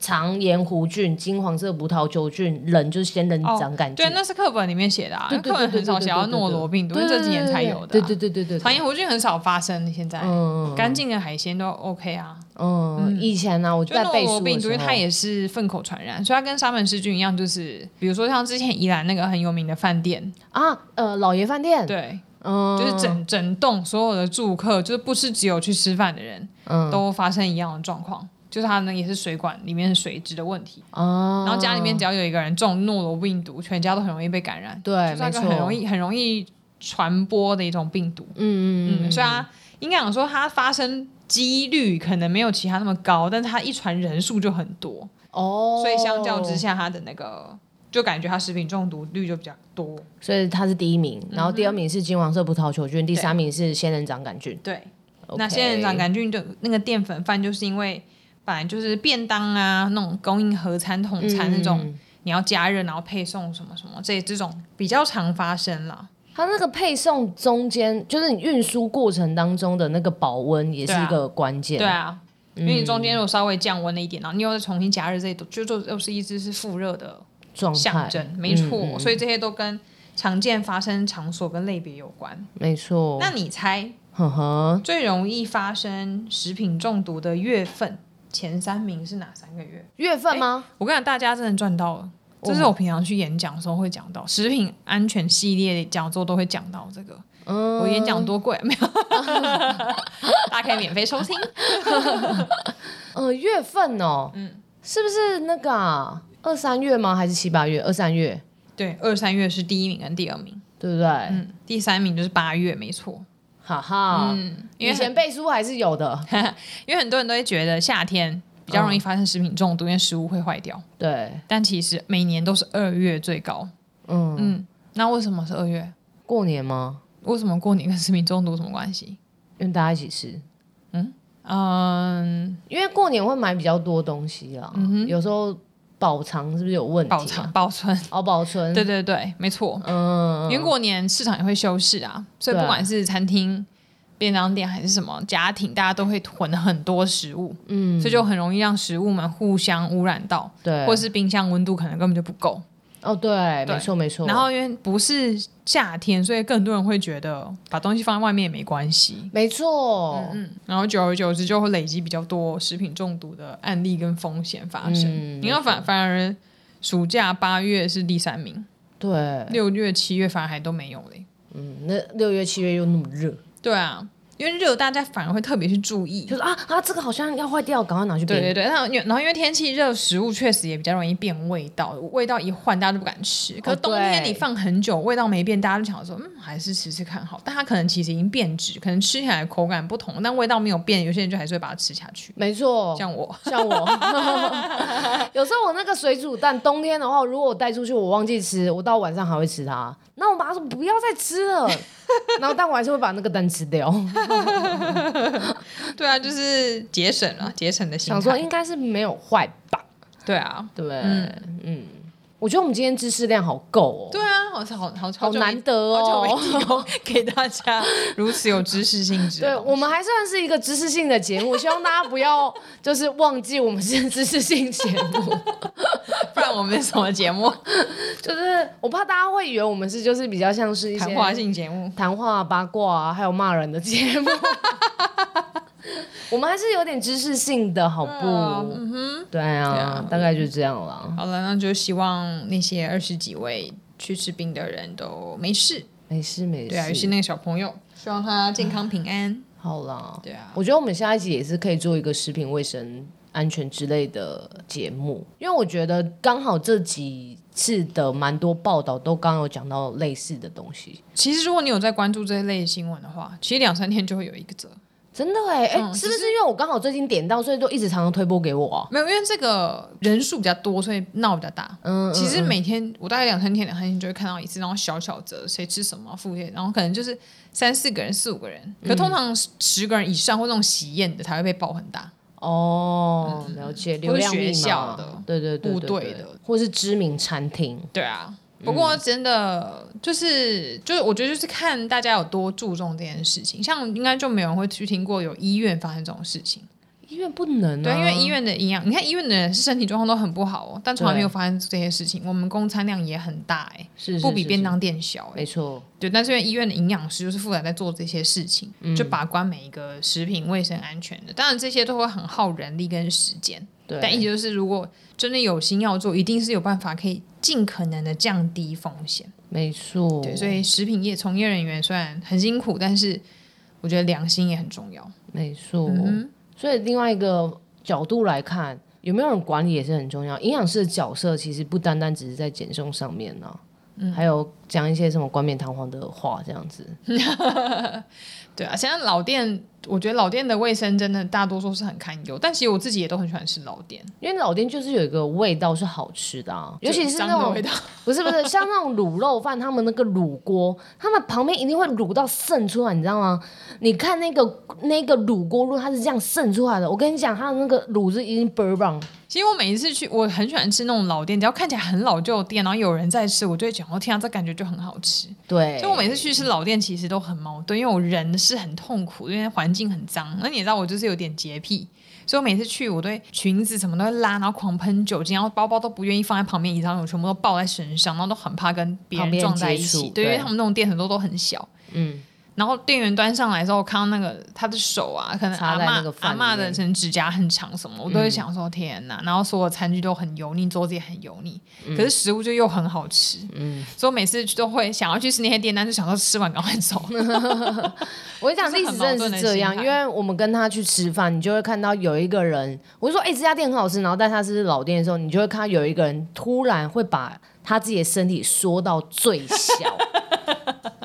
[SPEAKER 1] 肠炎弧菌、金黄色葡萄球菌、人就是仙人掌杆菌。
[SPEAKER 2] 对，那是课本里面写的啊，因
[SPEAKER 1] 对
[SPEAKER 2] 为
[SPEAKER 1] 对对
[SPEAKER 2] 课本
[SPEAKER 1] 对
[SPEAKER 2] 很
[SPEAKER 1] 对
[SPEAKER 2] 少
[SPEAKER 1] 对
[SPEAKER 2] 写到
[SPEAKER 1] 对对
[SPEAKER 2] 诺罗病毒，因为这几年才有的、啊。
[SPEAKER 1] 对对对对对
[SPEAKER 2] 肠
[SPEAKER 1] 对。
[SPEAKER 2] 炎弧菌很少发生，现在、
[SPEAKER 1] 嗯
[SPEAKER 2] 干净的海鲜都 OK 啊。
[SPEAKER 1] 嗯，以前呢、我
[SPEAKER 2] 就
[SPEAKER 1] 在
[SPEAKER 2] 诺
[SPEAKER 1] 背
[SPEAKER 2] 罗
[SPEAKER 1] 书
[SPEAKER 2] 病
[SPEAKER 1] 的
[SPEAKER 2] 毒，因
[SPEAKER 1] 时
[SPEAKER 2] 为
[SPEAKER 1] 候
[SPEAKER 2] 它，也是粪口传染，所以它跟沙门氏菌一样，就是比如说像之前宜兰那个很有名的饭店，
[SPEAKER 1] 啊，呃，老爷饭店，
[SPEAKER 2] 对，
[SPEAKER 1] 嗯，
[SPEAKER 2] 就是整整栋所有的住客，就是不是只有去吃饭的人，
[SPEAKER 1] 嗯
[SPEAKER 2] 都发生一样的状况，就是它呢也是水管里面水质的问题，
[SPEAKER 1] 啊，
[SPEAKER 2] 然后家里面只要有一个人中诺罗病毒，全家都很容易被感染，
[SPEAKER 1] 对，
[SPEAKER 2] 就
[SPEAKER 1] 哎
[SPEAKER 2] 是
[SPEAKER 1] 没
[SPEAKER 2] 一个
[SPEAKER 1] 错，
[SPEAKER 2] 很容易很容易传播的一种病毒。
[SPEAKER 1] 嗯，嗯嗯
[SPEAKER 2] 嗯，所以它应该讲说它发生几率可能没有其他那么高，但是它一传人数就很多，
[SPEAKER 1] 哦，
[SPEAKER 2] 所以相较之下，它的那个就感觉它食品中毒率就比较多。
[SPEAKER 1] 所以它是第一名，然后第二名是金黄色葡萄球菌，第
[SPEAKER 2] 嗯对
[SPEAKER 1] 三名是仙人掌杆菌。
[SPEAKER 2] 对，
[SPEAKER 1] OK
[SPEAKER 2] 那仙人掌杆菌就那个淀粉饭，就是因为本来就是便当啊，那种供应合餐统餐那种，
[SPEAKER 1] 嗯
[SPEAKER 2] 你要加热然后配送什么什么，这这种比较常发生啦。
[SPEAKER 1] 它那个配送中间，就是你运输过程当中的那个保温也是
[SPEAKER 2] 对啊
[SPEAKER 1] 一个关键。
[SPEAKER 2] 对啊，因为你中
[SPEAKER 1] 嗯
[SPEAKER 2] 间如果稍微降温了一点，然后你又再重新加热，这些都就就又是一只是复热的
[SPEAKER 1] 状
[SPEAKER 2] 象
[SPEAKER 1] 态
[SPEAKER 2] 征，没错。
[SPEAKER 1] 嗯嗯
[SPEAKER 2] 所以这些都跟常见发生场所跟类别有关。
[SPEAKER 1] 没错。
[SPEAKER 2] 那你猜
[SPEAKER 1] 呵呵，
[SPEAKER 2] 最容易发生食品中毒的月份前三名是哪三个月？
[SPEAKER 1] 月份吗？
[SPEAKER 2] 我跟你讲，大家真的赚到了。
[SPEAKER 1] 哦
[SPEAKER 2] 这是我平常去演讲的时候会讲到，食品安全系列讲座都会讲到这个。
[SPEAKER 1] 嗯，
[SPEAKER 2] 我演讲多贵，啊没 有， 大家可以免费收听。
[SPEAKER 1] 呃，月份哦，嗯，是不是那个啊？二三月吗？还是七八月？二三月，
[SPEAKER 2] 对，二三月是第一名跟第二名，
[SPEAKER 1] 对不对？
[SPEAKER 2] 嗯，第三名就是八月，没错。
[SPEAKER 1] 哈哈，
[SPEAKER 2] 嗯因为
[SPEAKER 1] 以前背书还是有的，
[SPEAKER 2] 因为很多人都会觉得夏天比较容易发生食品中毒，因为食物会坏掉。
[SPEAKER 1] 对，
[SPEAKER 2] 但其实每年都是二月最高。
[SPEAKER 1] 嗯，
[SPEAKER 2] 嗯，那为什么是二月？
[SPEAKER 1] 过年吗？
[SPEAKER 2] 为什么过年跟食品中毒有什么关系？
[SPEAKER 1] 因为大家一起吃。
[SPEAKER 2] 嗯，
[SPEAKER 1] 因为过年会买比较多东西啦，有时候保藏是不是有问题、啊？
[SPEAKER 2] 保存保存，
[SPEAKER 1] 哦，保存，
[SPEAKER 2] 对，对对，没错。
[SPEAKER 1] 嗯，
[SPEAKER 2] 因为过年市场也会休市啊，所以
[SPEAKER 1] 对啊
[SPEAKER 2] 不管是餐厅、便当店还是什么家庭，大家都会囤很多食物，
[SPEAKER 1] 嗯，
[SPEAKER 2] 所以就很容易让食物们互相污染到，
[SPEAKER 1] 对，
[SPEAKER 2] 或是冰箱温度可能根本就不够。
[SPEAKER 1] 哦，对，
[SPEAKER 2] 对
[SPEAKER 1] 没错没错。
[SPEAKER 2] 然后因为不是夏天，所以更多人会觉得把东西放在外面也没关系。
[SPEAKER 1] 没错，
[SPEAKER 2] 嗯，然后久而久之就会累积比较多食品中毒的案例跟风险发生。
[SPEAKER 1] 嗯
[SPEAKER 2] 你看反反而暑假八月是第三名，
[SPEAKER 1] 对，
[SPEAKER 2] 六月七月反而还都没有嘞。
[SPEAKER 1] 嗯，那六月七月又那么热，
[SPEAKER 2] 对啊，因为热大家反而会特别去注意。
[SPEAKER 1] 就是啊啊，这个好像要坏掉，赶快拿去冰
[SPEAKER 2] 对。对对，然后因为然后因为天气热，食物确实也比较容易变味道，味道一换大家就不敢吃。可是
[SPEAKER 1] 哦
[SPEAKER 2] 冬天
[SPEAKER 1] 对
[SPEAKER 2] 你放很久，味道没变，大家就想说，嗯，还是吃吃看好。但它可能其实已经变质，可能吃起来口感不同，但味道没有变，有些人就还是会把它吃下去。
[SPEAKER 1] 没错，
[SPEAKER 2] 像我，
[SPEAKER 1] 像我， 有时候我那个水煮蛋，冬天的话，如果我带出去，我忘记吃，我到晚上还会吃它。那我妈说不要再吃 了，然后但我还是会把那个蛋吃掉，
[SPEAKER 2] 对啊，就是节省了、节省的心
[SPEAKER 1] 想说
[SPEAKER 2] 态。
[SPEAKER 1] 应该是没有坏吧，
[SPEAKER 2] 对啊，
[SPEAKER 1] 对不对？
[SPEAKER 2] 嗯
[SPEAKER 1] 嗯我觉得我们今天知识量好够哦。
[SPEAKER 2] 对啊，我是好好
[SPEAKER 1] 好
[SPEAKER 2] 久没
[SPEAKER 1] 难得哦
[SPEAKER 2] 好久没提供给大家如此有知识性质的
[SPEAKER 1] 对
[SPEAKER 2] 东西。
[SPEAKER 1] 我们还算是一个知识性的节 目，希望大家不要就是忘记我们是知识性节 目，
[SPEAKER 2] 不然我们是什么节目？
[SPEAKER 1] 就是我怕大家会以为我们是就是比较像是一些
[SPEAKER 2] 谈话性节目。
[SPEAKER 1] 谈话、八卦啊，还有骂人的节 目。我们还是有点知识性的，好不？
[SPEAKER 2] 嗯哼，
[SPEAKER 1] 对
[SPEAKER 2] 对
[SPEAKER 1] 啊
[SPEAKER 2] 啊，
[SPEAKER 1] 大概就这样了。
[SPEAKER 2] 好了，那就希望那些二十几位去吃冰的人都没事。
[SPEAKER 1] 没事没事，
[SPEAKER 2] 对啊，尤其那个小朋友，希望他健康平安。
[SPEAKER 1] 好啦。
[SPEAKER 2] 对啊，
[SPEAKER 1] 我觉得我们下一集也是可以做一个食品卫生安全之类的节目，因为我觉得刚好这几次的蛮多报道都刚刚有讲到类似的东西。
[SPEAKER 2] 其实如果你有在关注这一类的新闻的话，其实两三天就会有一个折。
[SPEAKER 1] 真的哎、哎、
[SPEAKER 2] 嗯
[SPEAKER 1] 是不是因为我刚好最近点到，所以就一直常常推播给我啊？
[SPEAKER 2] 没有，因为这个人数比较多，所以闹比较大。
[SPEAKER 1] 嗯，
[SPEAKER 2] 其实
[SPEAKER 1] 嗯
[SPEAKER 2] 每天我大概两三天、两三天就会看到一次，然后小小折谁吃什么副业，然后可能就是三四个人、四五个人，可通常十十个人以上或那种喜宴的才会被爆很大。
[SPEAKER 1] 哦，
[SPEAKER 2] 嗯
[SPEAKER 1] 了解，流量密码
[SPEAKER 2] 学校的
[SPEAKER 1] 对对对对
[SPEAKER 2] 部队
[SPEAKER 1] 对
[SPEAKER 2] 的
[SPEAKER 1] 或是知名餐厅，
[SPEAKER 2] 对啊，
[SPEAKER 1] 嗯
[SPEAKER 2] 不过真的、就是就是，我觉得就是看大家有多注重这件事情。像应该就没有人会去听过有医院发生这种事情，
[SPEAKER 1] 医院不能、啊、
[SPEAKER 2] 对，因为医院的营养，你看医院的人是身体状况都很不好哦，但从来没有发生这些事情。我们供餐量也很大哎、
[SPEAKER 1] 是是
[SPEAKER 2] 不比
[SPEAKER 1] 是
[SPEAKER 2] 便
[SPEAKER 1] 是
[SPEAKER 2] 当店小哎、
[SPEAKER 1] 没错，
[SPEAKER 2] 对，但是因为医院的营养师就是负责在做这些事情，
[SPEAKER 1] 嗯
[SPEAKER 2] 就把关每一个食品卫生安全的。当然这些都会很耗人力跟时间，
[SPEAKER 1] 对，
[SPEAKER 2] 但意思就是如果真的有心要做，一定是有办法可以尽可能的降低风险。
[SPEAKER 1] 没错，
[SPEAKER 2] 对，所以食品业从业人员虽然很辛苦，但是我觉得良心也很重要。
[SPEAKER 1] 没错。所以另外一个角度来看，有没有人管理也是很重要。营养师的角色其实不单单只是在减重上面呢、还有讲一些什么冠冕堂皇的话这样子。
[SPEAKER 2] 对啊，现在老店，我觉得老店的卫生真的大多数是很堪忧，但其实我自己也都很喜欢吃老店，
[SPEAKER 1] 因为老店就是有一个味道是好吃的啊，尤其是
[SPEAKER 2] 脏
[SPEAKER 1] 那
[SPEAKER 2] 的味
[SPEAKER 1] 种
[SPEAKER 2] 道。
[SPEAKER 1] 不是不是像那种卤肉饭，他们那个卤锅，他们旁边一定会卤到渗出来，你知道吗？你看那个那个卤锅，如果它是这样渗出来的，我跟你讲，它的那个卤是已经倍儿棒，
[SPEAKER 2] 其实我每一次去，我很喜欢吃那种老店，只要看起来很老旧的店，然后有人在吃，我就会讲，哦天啊，这感觉就很好吃。
[SPEAKER 1] 对，
[SPEAKER 2] 所以我每次去吃老店，其实都很矛盾，因为我人是很痛苦，因为环境很脏。那你也知道我就是有点洁癖，所以我每次去，我对裙子什么都会拉，然后狂喷酒精，然后包包都不愿意放在旁边椅子上，我全部都抱在身上，然后都很怕跟别
[SPEAKER 1] 旁
[SPEAKER 2] 人
[SPEAKER 1] 边
[SPEAKER 2] 撞在
[SPEAKER 1] 接
[SPEAKER 2] 一起。
[SPEAKER 1] 触
[SPEAKER 2] 对，因为
[SPEAKER 1] 对
[SPEAKER 2] 他们那种店很多都很小。
[SPEAKER 1] 嗯，
[SPEAKER 2] 然后店员端上来之后，我看到那个他的手啊，可能
[SPEAKER 1] 插
[SPEAKER 2] 阿
[SPEAKER 1] 在那个
[SPEAKER 2] 嬷
[SPEAKER 1] 饭
[SPEAKER 2] 阿
[SPEAKER 1] 里
[SPEAKER 2] 嬷的
[SPEAKER 1] 面
[SPEAKER 2] 可能指甲很长什么，我都会想说天哪！然后所有餐具都很油腻，桌子也很油腻，
[SPEAKER 1] 嗯
[SPEAKER 2] 可是食物就又很好吃，嗯，所以我每次都会想要去吃那些店，但是想说吃完赶快 走。
[SPEAKER 1] 我跟你讲，
[SPEAKER 2] 就是
[SPEAKER 1] 历
[SPEAKER 2] 很
[SPEAKER 1] 史
[SPEAKER 2] 矛
[SPEAKER 1] 真
[SPEAKER 2] 盾
[SPEAKER 1] 的
[SPEAKER 2] 的
[SPEAKER 1] 是这样，
[SPEAKER 2] 心
[SPEAKER 1] 因
[SPEAKER 2] 态
[SPEAKER 1] 为我们跟他去吃饭，你就会看到有一个人，我就说哎、这家店很好吃，然后但他是老店的时候，你就会看到有一个人突然会把他自己的身体缩到最 小。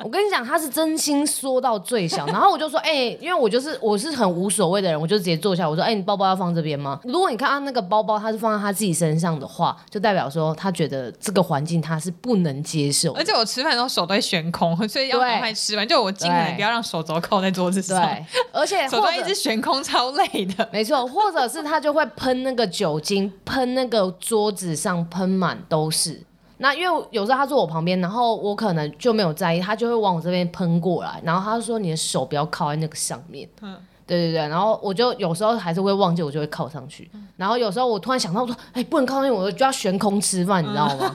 [SPEAKER 1] 我跟你讲，他是真心缩到最小，然后我就说，哎、因为我就是我是很无所谓的人，我就直接坐下，我说，哎、你包包要放这边吗？如果你看他那个包包，他是放在他自己身上的话，就代表说他觉得这个环境他是不能接受的
[SPEAKER 2] 而且我吃饭的时候手都会悬空，所以要
[SPEAKER 1] 对
[SPEAKER 2] 赶快吃完。就我尽可能不要让手肘扣在桌子上，
[SPEAKER 1] 对，而且
[SPEAKER 2] 手肘
[SPEAKER 1] 或
[SPEAKER 2] 一
[SPEAKER 1] 者
[SPEAKER 2] 直悬空超累的。
[SPEAKER 1] 没错，或者是他就会喷那个酒精，喷那个桌子上，喷满都是。那因为有时候他坐我旁边，然后我可能就没有在意，他就会往我这边喷过来，然后他就说你的手不要靠在那个上面。嗯，对对对，然后我就有时候还是会忘记，我就会靠上去。然后有时候我突然想到我说，哎、不能靠上去，我就要悬空吃饭，你知道吗？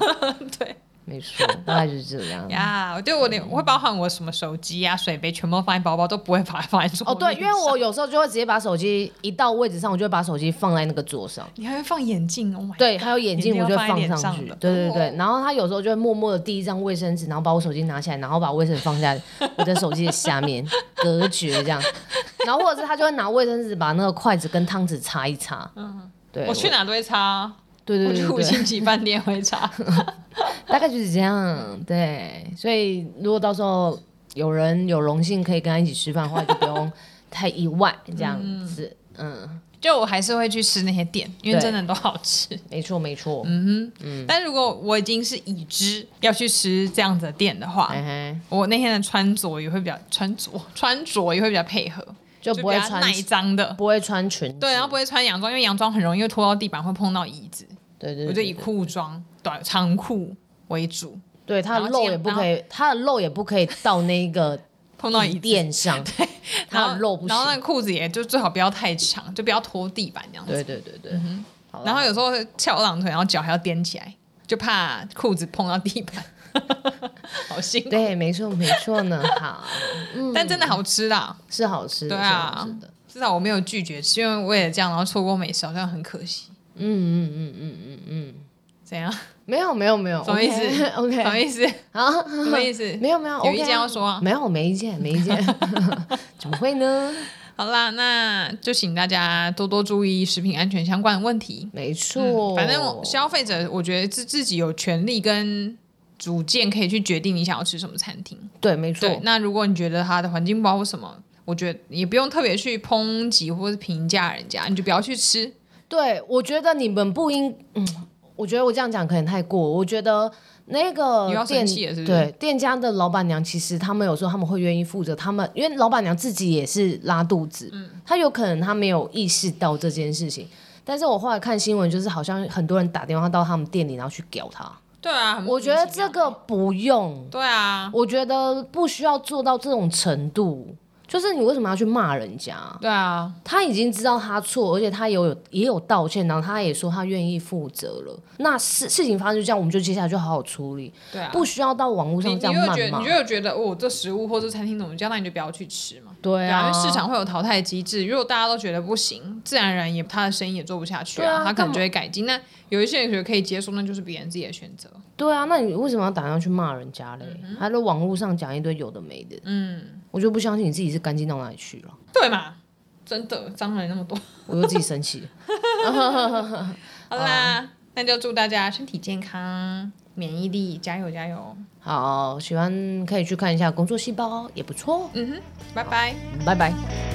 [SPEAKER 2] 对
[SPEAKER 1] 没错，大概就是这样。
[SPEAKER 2] 呀，我对我连我会包含我什么手机啊、水杯全部都放在包包，都不会把它放在桌
[SPEAKER 1] 哦，对，
[SPEAKER 2] 面
[SPEAKER 1] 因为
[SPEAKER 2] 上
[SPEAKER 1] 我有时候就会直接把手机一到位置上，我就会把手机放在那个桌上。
[SPEAKER 2] 你还会放眼镜，Oh my，
[SPEAKER 1] 对，还有眼
[SPEAKER 2] 眼
[SPEAKER 1] 镜
[SPEAKER 2] 睛
[SPEAKER 1] 我
[SPEAKER 2] 要
[SPEAKER 1] 就
[SPEAKER 2] 放
[SPEAKER 1] 会
[SPEAKER 2] 在
[SPEAKER 1] 放
[SPEAKER 2] 脸
[SPEAKER 1] 上
[SPEAKER 2] 上
[SPEAKER 1] 去，
[SPEAKER 2] 的
[SPEAKER 1] 对对对
[SPEAKER 2] 哦。
[SPEAKER 1] 然后他有时候就会默默的递一张卫生纸，然后把我手机拿起来，然后把卫生纸放在我的手机的下面隔绝这样。然后或者是他就会拿卫生纸把那个筷子跟汤匙擦一擦。嗯，对，
[SPEAKER 2] 我去哪都会擦啊，
[SPEAKER 1] 对对
[SPEAKER 2] 我去
[SPEAKER 1] 对
[SPEAKER 2] 五
[SPEAKER 1] 对，
[SPEAKER 2] 星级饭店会擦。
[SPEAKER 1] 大概就是这样。对，所以如果到时候有人有荣幸可以跟他一起吃饭的话，就不用太意 外这样子。嗯，
[SPEAKER 2] 就我还是会去吃那些店，因为
[SPEAKER 1] 对嗯
[SPEAKER 2] 真的都好吃。
[SPEAKER 1] 没错没错。
[SPEAKER 2] 嗯但如果我已经是已知要去吃这样子的店的话，
[SPEAKER 1] 哎嘿，
[SPEAKER 2] 我那天的穿着也会比较穿着穿着也会比较配合，
[SPEAKER 1] 就
[SPEAKER 2] 就
[SPEAKER 1] 不会
[SPEAKER 2] 比较
[SPEAKER 1] 穿
[SPEAKER 2] 耐啊脏的。
[SPEAKER 1] 不会穿裙子。
[SPEAKER 2] 对，然后不会穿洋装，因为洋装很容易会拖到地板，会碰到椅子。
[SPEAKER 1] 对对，对
[SPEAKER 2] 我就
[SPEAKER 1] 对
[SPEAKER 2] 以裤装，短长裤为主，
[SPEAKER 1] 对，它的
[SPEAKER 2] 然后
[SPEAKER 1] 肉
[SPEAKER 2] 这样
[SPEAKER 1] 也不可以，它的肉也不可以到那 个
[SPEAKER 2] 碰到
[SPEAKER 1] 椅
[SPEAKER 2] 一
[SPEAKER 1] 垫 上，它
[SPEAKER 2] 然
[SPEAKER 1] 的
[SPEAKER 2] 后
[SPEAKER 1] 肉不
[SPEAKER 2] 然后那
[SPEAKER 1] 行。
[SPEAKER 2] 个裤子也就最好不要太长，就不要拖地板这样子。
[SPEAKER 1] 对对对对，好啦
[SPEAKER 2] 嗯然后有时候翘二郎腿，然后脚还要踮起来，就怕裤子碰到地 板，好辛苦。
[SPEAKER 1] 对，没错没错呢，好，
[SPEAKER 2] 但真的好吃啦，
[SPEAKER 1] 是好吃的，
[SPEAKER 2] 对
[SPEAKER 1] 是好
[SPEAKER 2] 啊
[SPEAKER 1] 吃的。，
[SPEAKER 2] 至少我没有拒绝吃，因为为了这样然后错过美食，好像很可惜。
[SPEAKER 1] 嗯嗯嗯嗯嗯嗯，
[SPEAKER 2] 怎样？
[SPEAKER 1] 没有没有没有，
[SPEAKER 2] 什么意思
[SPEAKER 1] OK，
[SPEAKER 2] 什么意思？
[SPEAKER 1] 好，
[SPEAKER 2] 什么 意思？
[SPEAKER 1] 没有没有，
[SPEAKER 2] 有
[SPEAKER 1] OK
[SPEAKER 2] 意见要说啊
[SPEAKER 1] 没有没意见没意见， 怎么会呢？
[SPEAKER 2] 好啦，那就请大家多多注意食品安全相关的问题。
[SPEAKER 1] 没错，
[SPEAKER 2] 嗯反正我消费者，我觉得自自己有权利跟主见可以去决定你想要吃什么餐厅。
[SPEAKER 1] 对没错
[SPEAKER 2] 对，，那如果你觉得它的环境不好或什么，我觉得也不用特别去抨击或是评价人家，你就不要去吃。
[SPEAKER 1] 对，我觉得你们不应，嗯，我觉得我这样讲可能太过。我觉得那个
[SPEAKER 2] 你又要
[SPEAKER 1] 店
[SPEAKER 2] 生气了是不是
[SPEAKER 1] 对呃店家的老板娘，其实他们有时候他们会愿意负责，他们因为老板娘自己也是拉肚子，
[SPEAKER 2] 嗯
[SPEAKER 1] 她有可能她没有意识到这件事情。但是我后来看新闻，就是好像很多人打电话到他们店里，然后去屌他。
[SPEAKER 2] 对啊，很
[SPEAKER 1] 我
[SPEAKER 2] 莫
[SPEAKER 1] 觉
[SPEAKER 2] 名
[SPEAKER 1] 得
[SPEAKER 2] 其妙
[SPEAKER 1] 这个不用，
[SPEAKER 2] 对啊，
[SPEAKER 1] 我觉得不需要做到这种程度。就是你为什么要去骂人家？
[SPEAKER 2] 对啊，
[SPEAKER 1] 他已经知道他错，而且他有有也有道歉，然后他也说他愿意负责了。那事事情发生就这样，我们就接下来就好好处理，
[SPEAKER 2] 对啊。
[SPEAKER 1] 不需要到网络
[SPEAKER 2] 你
[SPEAKER 1] 上
[SPEAKER 2] 你
[SPEAKER 1] 这
[SPEAKER 2] 就
[SPEAKER 1] 样
[SPEAKER 2] 会
[SPEAKER 1] 谩
[SPEAKER 2] 觉得，
[SPEAKER 1] 骂
[SPEAKER 2] 你。就会觉得，哦，这食物或这餐厅怎么叫，那你就不要去吃嘛。
[SPEAKER 1] 对
[SPEAKER 2] 啊，
[SPEAKER 1] 啊，
[SPEAKER 2] 因为市场会有淘汰机制，如果大家都觉得不行，自然而然也他的生意也做不下去
[SPEAKER 1] 对啊
[SPEAKER 2] 他可
[SPEAKER 1] 干嘛
[SPEAKER 2] 能就会改进。那有一些人觉得可以接受，那就是别人自己的选择。
[SPEAKER 1] 对啊，那你为什么要打电话去骂人家嘞？
[SPEAKER 2] 嗯
[SPEAKER 1] 还在网络上讲一堆有的没的，嗯，我就不相信你自己是干净到哪里去了，
[SPEAKER 2] 对嘛？真的，脏人那么多。
[SPEAKER 1] 我就自己生气 了。
[SPEAKER 2] 好啦，那就祝大家身体健康，免疫力加油加油。
[SPEAKER 1] 好，喜欢可以去看一下《工作细胞》，也不错。
[SPEAKER 2] 嗯哼，拜拜。
[SPEAKER 1] 拜拜。
[SPEAKER 3] 「